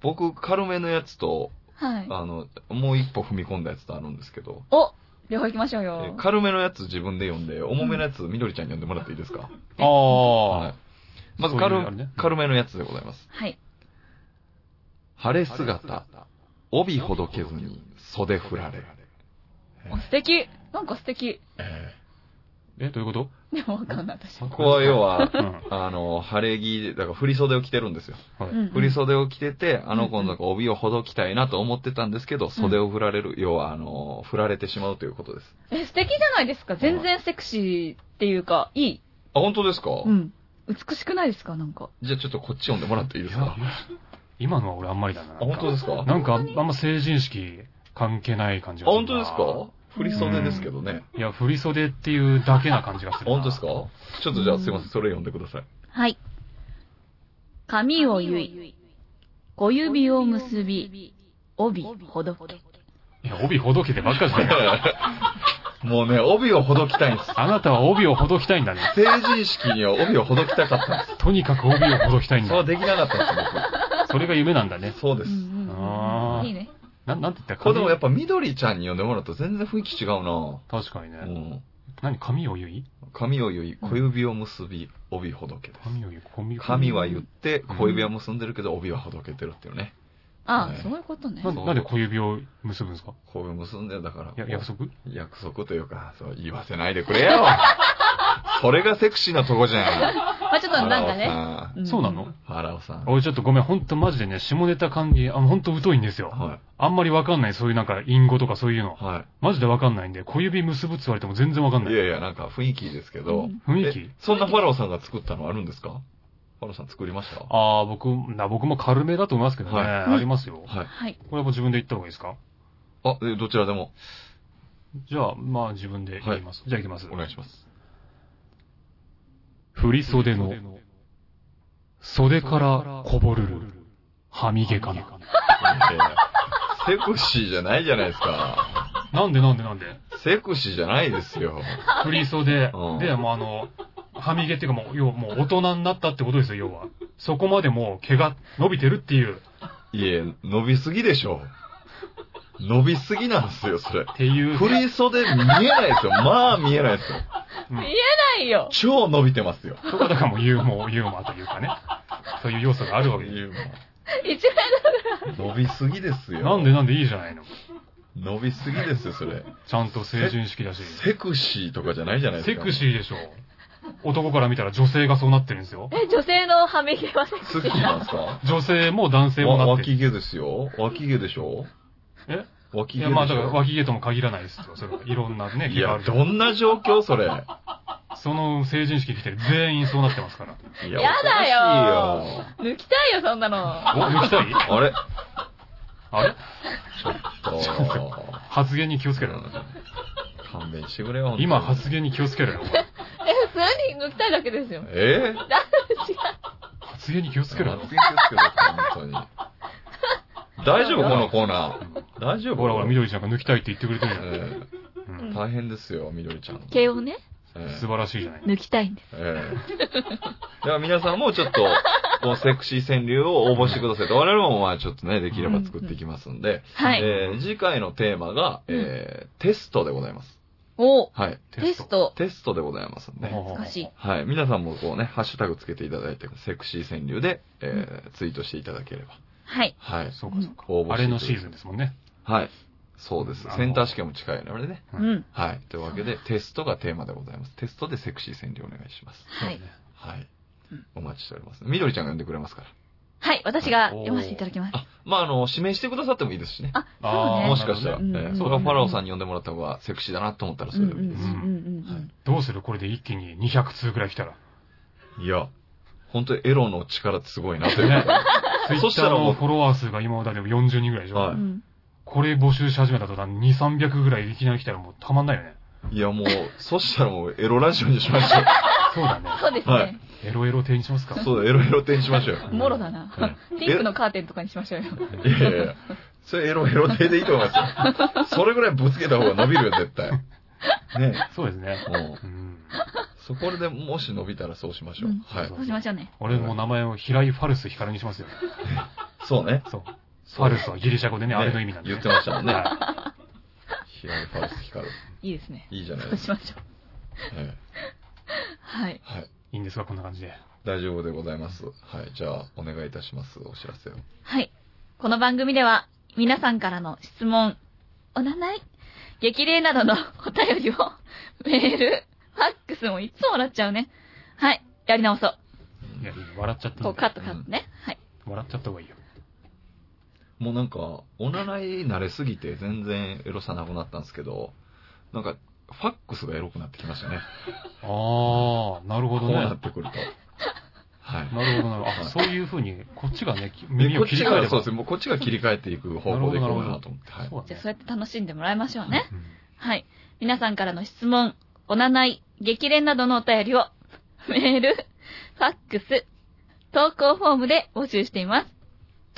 僕、軽めのやつと、
はい。
あの、もう一歩踏み込んだやつとあるんですけど、
お両方行きましょう
え
よ
ー。軽めのやつ自分で読んで、重めのやつ、みどりちゃんに読んでもらっていいですか
ああ
はい。まず
そういうあ
軽
れね、
軽めのやつでございます。
はい。
晴れ姿、帯ほどけずに袖振られ。
お素敵。なんか素敵。
え、どういうこと
でもわかんない、私。
ここは要は
う、ん。
あの、晴れ着、だから振り袖を着てるんですよ。
はい。
うん
振り袖を着てて、あの子の帯をほどきたいなと思ってたんですけど、袖を振られる、要は、あの、振られてしまうということです。
え、素敵じゃないですか。全然セクシーっていうか、いい。
あ、本当ですか
うん。美しくないですかなんか。
じゃあちょっとこっち読んでもらってい
い
いです
や
か、
今のは俺あんまりだな。
あ、本当ですか
なんか、あんま成人式関係ない感じ
あ、
がする
本
な。
当ですか振り袖ですけどね。
いや、振り袖っていうだけな感じがす
あ
るな。
本当ですかちょっとじゃあすいません、それ読んでくだ さい。
はい。髪を結い、小指を結び、帯ほどけ。
いや、帯ほどけてばっかじゃ ない。
もうね、帯をほどきたいんです。
あなたは帯をほどきたいんだね。
成人式には帯をほどきたかったんで
とにかく帯をほどきたいん
す。そう
だ。
できなかったんです
それが夢なんだね。
僕。そうで
う
す。
んうん
あ
うん
ー
いいね。
なん、なんて言ったら
これでもやっぱ緑ちゃんに読んでもらうと全然雰囲気違うな
確かに
う
ね。
ん。
何、髪を結い
髪を結い、小指を結び、帯ほどけです。
髪を結い、髪を結い
髪は言って、小指は結んでるけど、帯はほどけてるっていうね。
あ
は
あ、
い
そういうことね
な。んなんで小指を結ぶんですか
小指結んでるだから。
や、約束
約束というか、そう言わせないでくれ よそれがセクシーなとこじゃん。
まあちょっとなんかね。ん
そうなの
ファラオさん。ファラオさん。
俺ちょっとごめん、ほんとマジでね、下ネタ関係、あ、ほんと疎いんですよ。
はい。
あんまりわかんない、そういうなんか、隠語とかそういうの。
は。
マジでわかんないんで、小指結ぶって言われても全然わかんない
い
い。
やいや、なんか雰囲気ですけ
う
ど
ん。
雰囲気
えそんなファラオさんが作ったのあるんですかファラオさん作りましたは
ああ、僕、な、僕も軽めだと思いますけどね。
はい
ありますよ。
い。
はい。
これはもう自分で言った方がいいですか
あ、えどちらでも
じゃあ、まあ自分で言います。じゃあ行きます。
お願い します。
振り袖の、袖からこぼるる、はみ出かな。
いやいやセクシーじゃないじゃないですか。
なんでなんでなんで
セクシーじゃないですよ。
振り袖
うん
で、もうあの、はみ出っていうかもう、要はもう大人になったってことですよ、要は。そこまでもう毛が伸びてるっていう、
いえ、伸びすぎでしょ。伸びすぎなんですよ、それ。
っていう。
振り袖見えないですよ。まあ見えないですよ。
うん
ないよ。
超伸びてますよ。
そこだからもうユーモア、ユーモアというかね。そういう要素があるわけです。
一面
伸びすぎですよ。
なんでなんでいいじゃないの
伸びすぎですよ、それ。
ちゃんと成人式だし。
セクシーとかじゃないじゃないです
セ
か。
クシーでしょ。男から見たら女性がそうなってるんですよ。
え、女性のはみ出はセクシ
好き
ー。
なんですか
女性も男性も
わ
なって
脇
る。
毛ですよ。脇毛でしょ
えい
脇毛でし
や、
ょ
まあだから脇毛とも限らないですよ。それはいろんなね、
い
毛があ
や、
る。
どんな状況それ。いや、
その成人式に来てる全員そうなってますから。
やだよ
おかしいよ
抜きたいよ、そんなの。
お、抜きたい
あれ
あれ
ちょっと。
発言に気をつけろ。
勘弁してくれよ。
今
本当に
発言に気をつけろよ、お前
え、普通に抜きたいだけですよ。
えー
発言に気をつけろよ
発言。ですけど本当に。大丈夫このコーナー。大丈夫
ほらほら、緑ちゃんが抜きたいって言ってくれてるじゃん。
え
うん
ー大変ですよ、みどりちゃん。
毛をね、
えー
素晴らしいじゃない。
抜きたいんです。
ええ。では皆さんもちょっと、こうセクシー川柳を応募してくださいと。我々もまあちょっとね、できれば作っていきますんで、
はい。
えー次回のテーマが、えーテストでございます。
お
はい。
テス。ト。
テストでございますんで。
難しい。
はい。皆さんもこうね、ハッシュタグつけていただいて、セクシー川柳で、えーツイートしていただければ。
はい。
はい。
そうかそうか。
応募して
あれのシーズンですもんね。
はい。そうです。センター試験も近いのでね。
う。
うん
はい。というわけで、テストがテーマでございます。テストでセクシー川柳お願いします。
はい。
はい
うん。
お待ちしております。みどりちゃんが呼んでくれますから。
はい。私が読ませていただきます。
あ、まあ、あの、指名してくださってもいいですしね。
あ、
あー
も
そ
しかしたら、
う
え
ん
ーそれはファラオさんに呼んでもらった方がセクシーだなと思ったらそう
ね。
れ
うん
で
う
もいい
んうん
で
う
す。
んう
は
ん
い。
どうするこれで一気に200通ぐらい来たら。
いや、本当にエロの力ってすごいなという。
ね。
そ
そし
した
た
ら
ら
も
も
う
うフォロワー数が今まででも40人ぐらいでしょ。
は
うん
これ募集し始めた途端2、300ぐらいいきなり来たらもうたまんないよね。
いや、もう、そしたらもうエロラジオにしましょ
そうだね。
そうです
は
ね
い。
エロエロ定にしますか
う。そうだ、エロエロ展しましょうよ。
もろだな
は。い
ピンクのカーテンとかにしましょうよ。
いやいやいや。それエロエロ手でいいと思いますよ。それぐらいぶつけた方が伸びるよ、絶対。ね
そうですね。
もう
うん。
そこでもし伸びたらそうしましょう。
うん
はい
そ。
そうしましょうね。
俺もう名前を平井ファルス光にしますよ。
そうね。
そう。フ
そ
ァ
う
ルスはギリシャ語でね、
ね
あれの意味なんで。
言ってましたもんね
は
平井ファルス光る。
いいですね。
いいじゃない
そう
です
し
か。
ましょう。
ええ
はい。
はい。
い。いいんですか、こんな感じで。
大丈夫でございます。はい。じゃあ、お願いいたします。お知らせを。
はい。この番組では、皆さんからの質問、お名前、激励などのお便りを、メール、ファックスもいつももらっちゃうね。はい。やり直そう。
いや、いいよ笑っちゃっていい
こ
ん
う、
だ
カ
よ
ットカットね。はい。
笑っちゃった方がいいよ。
もうなんか、おならい慣れすぎて全然エロさなくなったんですけど、なんか、ファックスがエロくなってきましたね。
あー、なるほ
こ
ど
う
ね。
なってくると。はい。
なるほどなるほど。
は
あ、
い
そういう風に、こっちがね、き
で
耳
こ
を
っ
切
ち
り替え
が
れば。
そうですね、もうこっちが切り替えていく方向でいこうかなと思って。はい。
そう
じ
だ
ゃあ、
ね
そうやって楽しんでもらいましょうね。
うん
はい。皆さんからの質問、お名前、激励などのお便りを、メール、ファックス、投稿フォームで募集しています。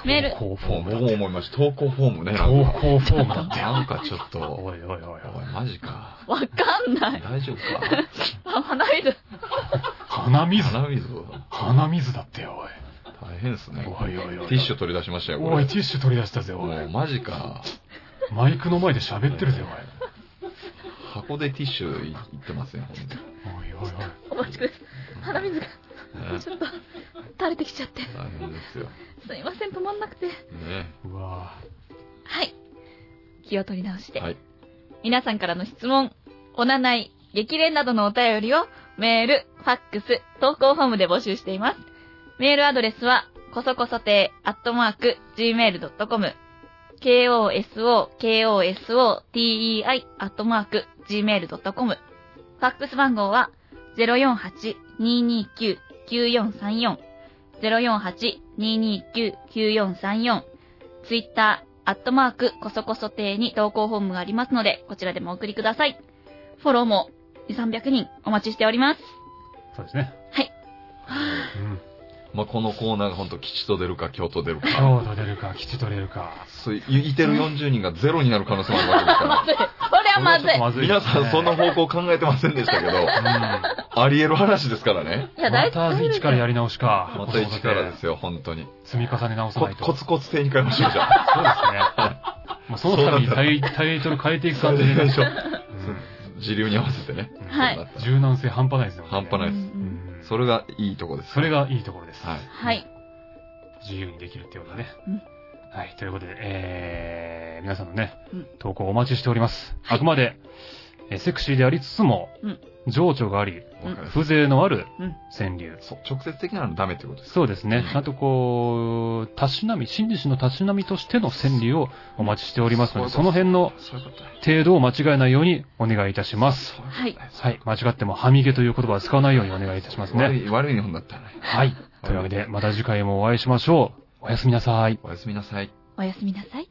メール
投稿フ
も
ォ
う
ーム
僕
だ
も
って。
思いました。投稿フォームね。な
投
んか
稿フォームだって。
なんかちょっと、
おいおいおいおい。
おい、マジか。
わかんない。
大丈夫か。
あ、鼻水。
鼻水
鼻水、
鼻水だってよ、
大変ですね。
おい。おいおいおい。
ティッシュ取り出しましたよ、こ
おい、
れ。
ティッシュ取り出したぜ、お
おい、
い。
マジか。
マイクの前で喋ってるぜ、おい。
箱でティッシュいいってますね、ほんと
おいおいおい。
お待ちください。鼻水が、
ね
ちょっと、垂れてきちゃって。
大変ですよ。
すいません、止まんなくて。
ね
うわ
はい。気を取り直して。
はい。
皆さんからの質問、お名前、激励などのお便りを、メール、ファックス、投稿フォームで募集しています。メールアドレスは、こそこそてアットマーク、gmail.com、koso, koso, tei, アットマーク、gmail.com。ファックス番号は、048-229-9434、048-229-9434、ツイッター、アットマーク、こそこそ亭に投稿フォームがありますので、こちらでもお送りください。フォローも2、300人お待ちしております。
そうですね。
はい。
うん。
まあ、このコーナーが本当吉と出るか京と出るか。
強度出るか、吉取れるか。
そういいてる40人がゼロになる可能性もあるわけです
ま
か
ずい。これはまずい。
これはちょっとまずい
ら。
ですね
皆さんそんな方向考えてませんでしたけ ど、
うん。ま
あり得る話ですからね。
いや、大丈
た
夫です
一
よ
からやり直しか。
また一からですよ、本当に。
積み重ね直さ
こ
ないと。
コツコツ手に変えましょう、じゃ あ。
そうですね。もうその度にタイタイトル変えていく感じでね。
しょ。
うん
自流に合わせてね。
はい
そうなった
柔軟性半端ないですよね。
半端ないです
うんうん
うん
それがいいとこです。
それ。がいいところです。
はい。
はい。
自由にできるっていうことね
うん。
はい。ということで、えー、皆さんのね
うん、
投稿お待ちしております。
はい
あくまで、えーセクシーでありつつも
うん、
情緒があり、
わかる
風情のある
うん
川柳。
そう直接的なのダメってことです。
そうですね。
はい
あとこう、たしなみ、真理師のたしなみとしての川柳をお待ちしておりますので、そ
そういうこと
の辺の
そういうことね
程度を間違えないようにお願いいたします。
そういうことね
はい
はい。間違っても、はみげという言葉は使わないようにお願いいたします
悪
ね。
い、悪い日本だったね。
はい。というわけで、また次回もお会いしましょう。おやすみなさい。
おやすみなさい。
おやすみなさい。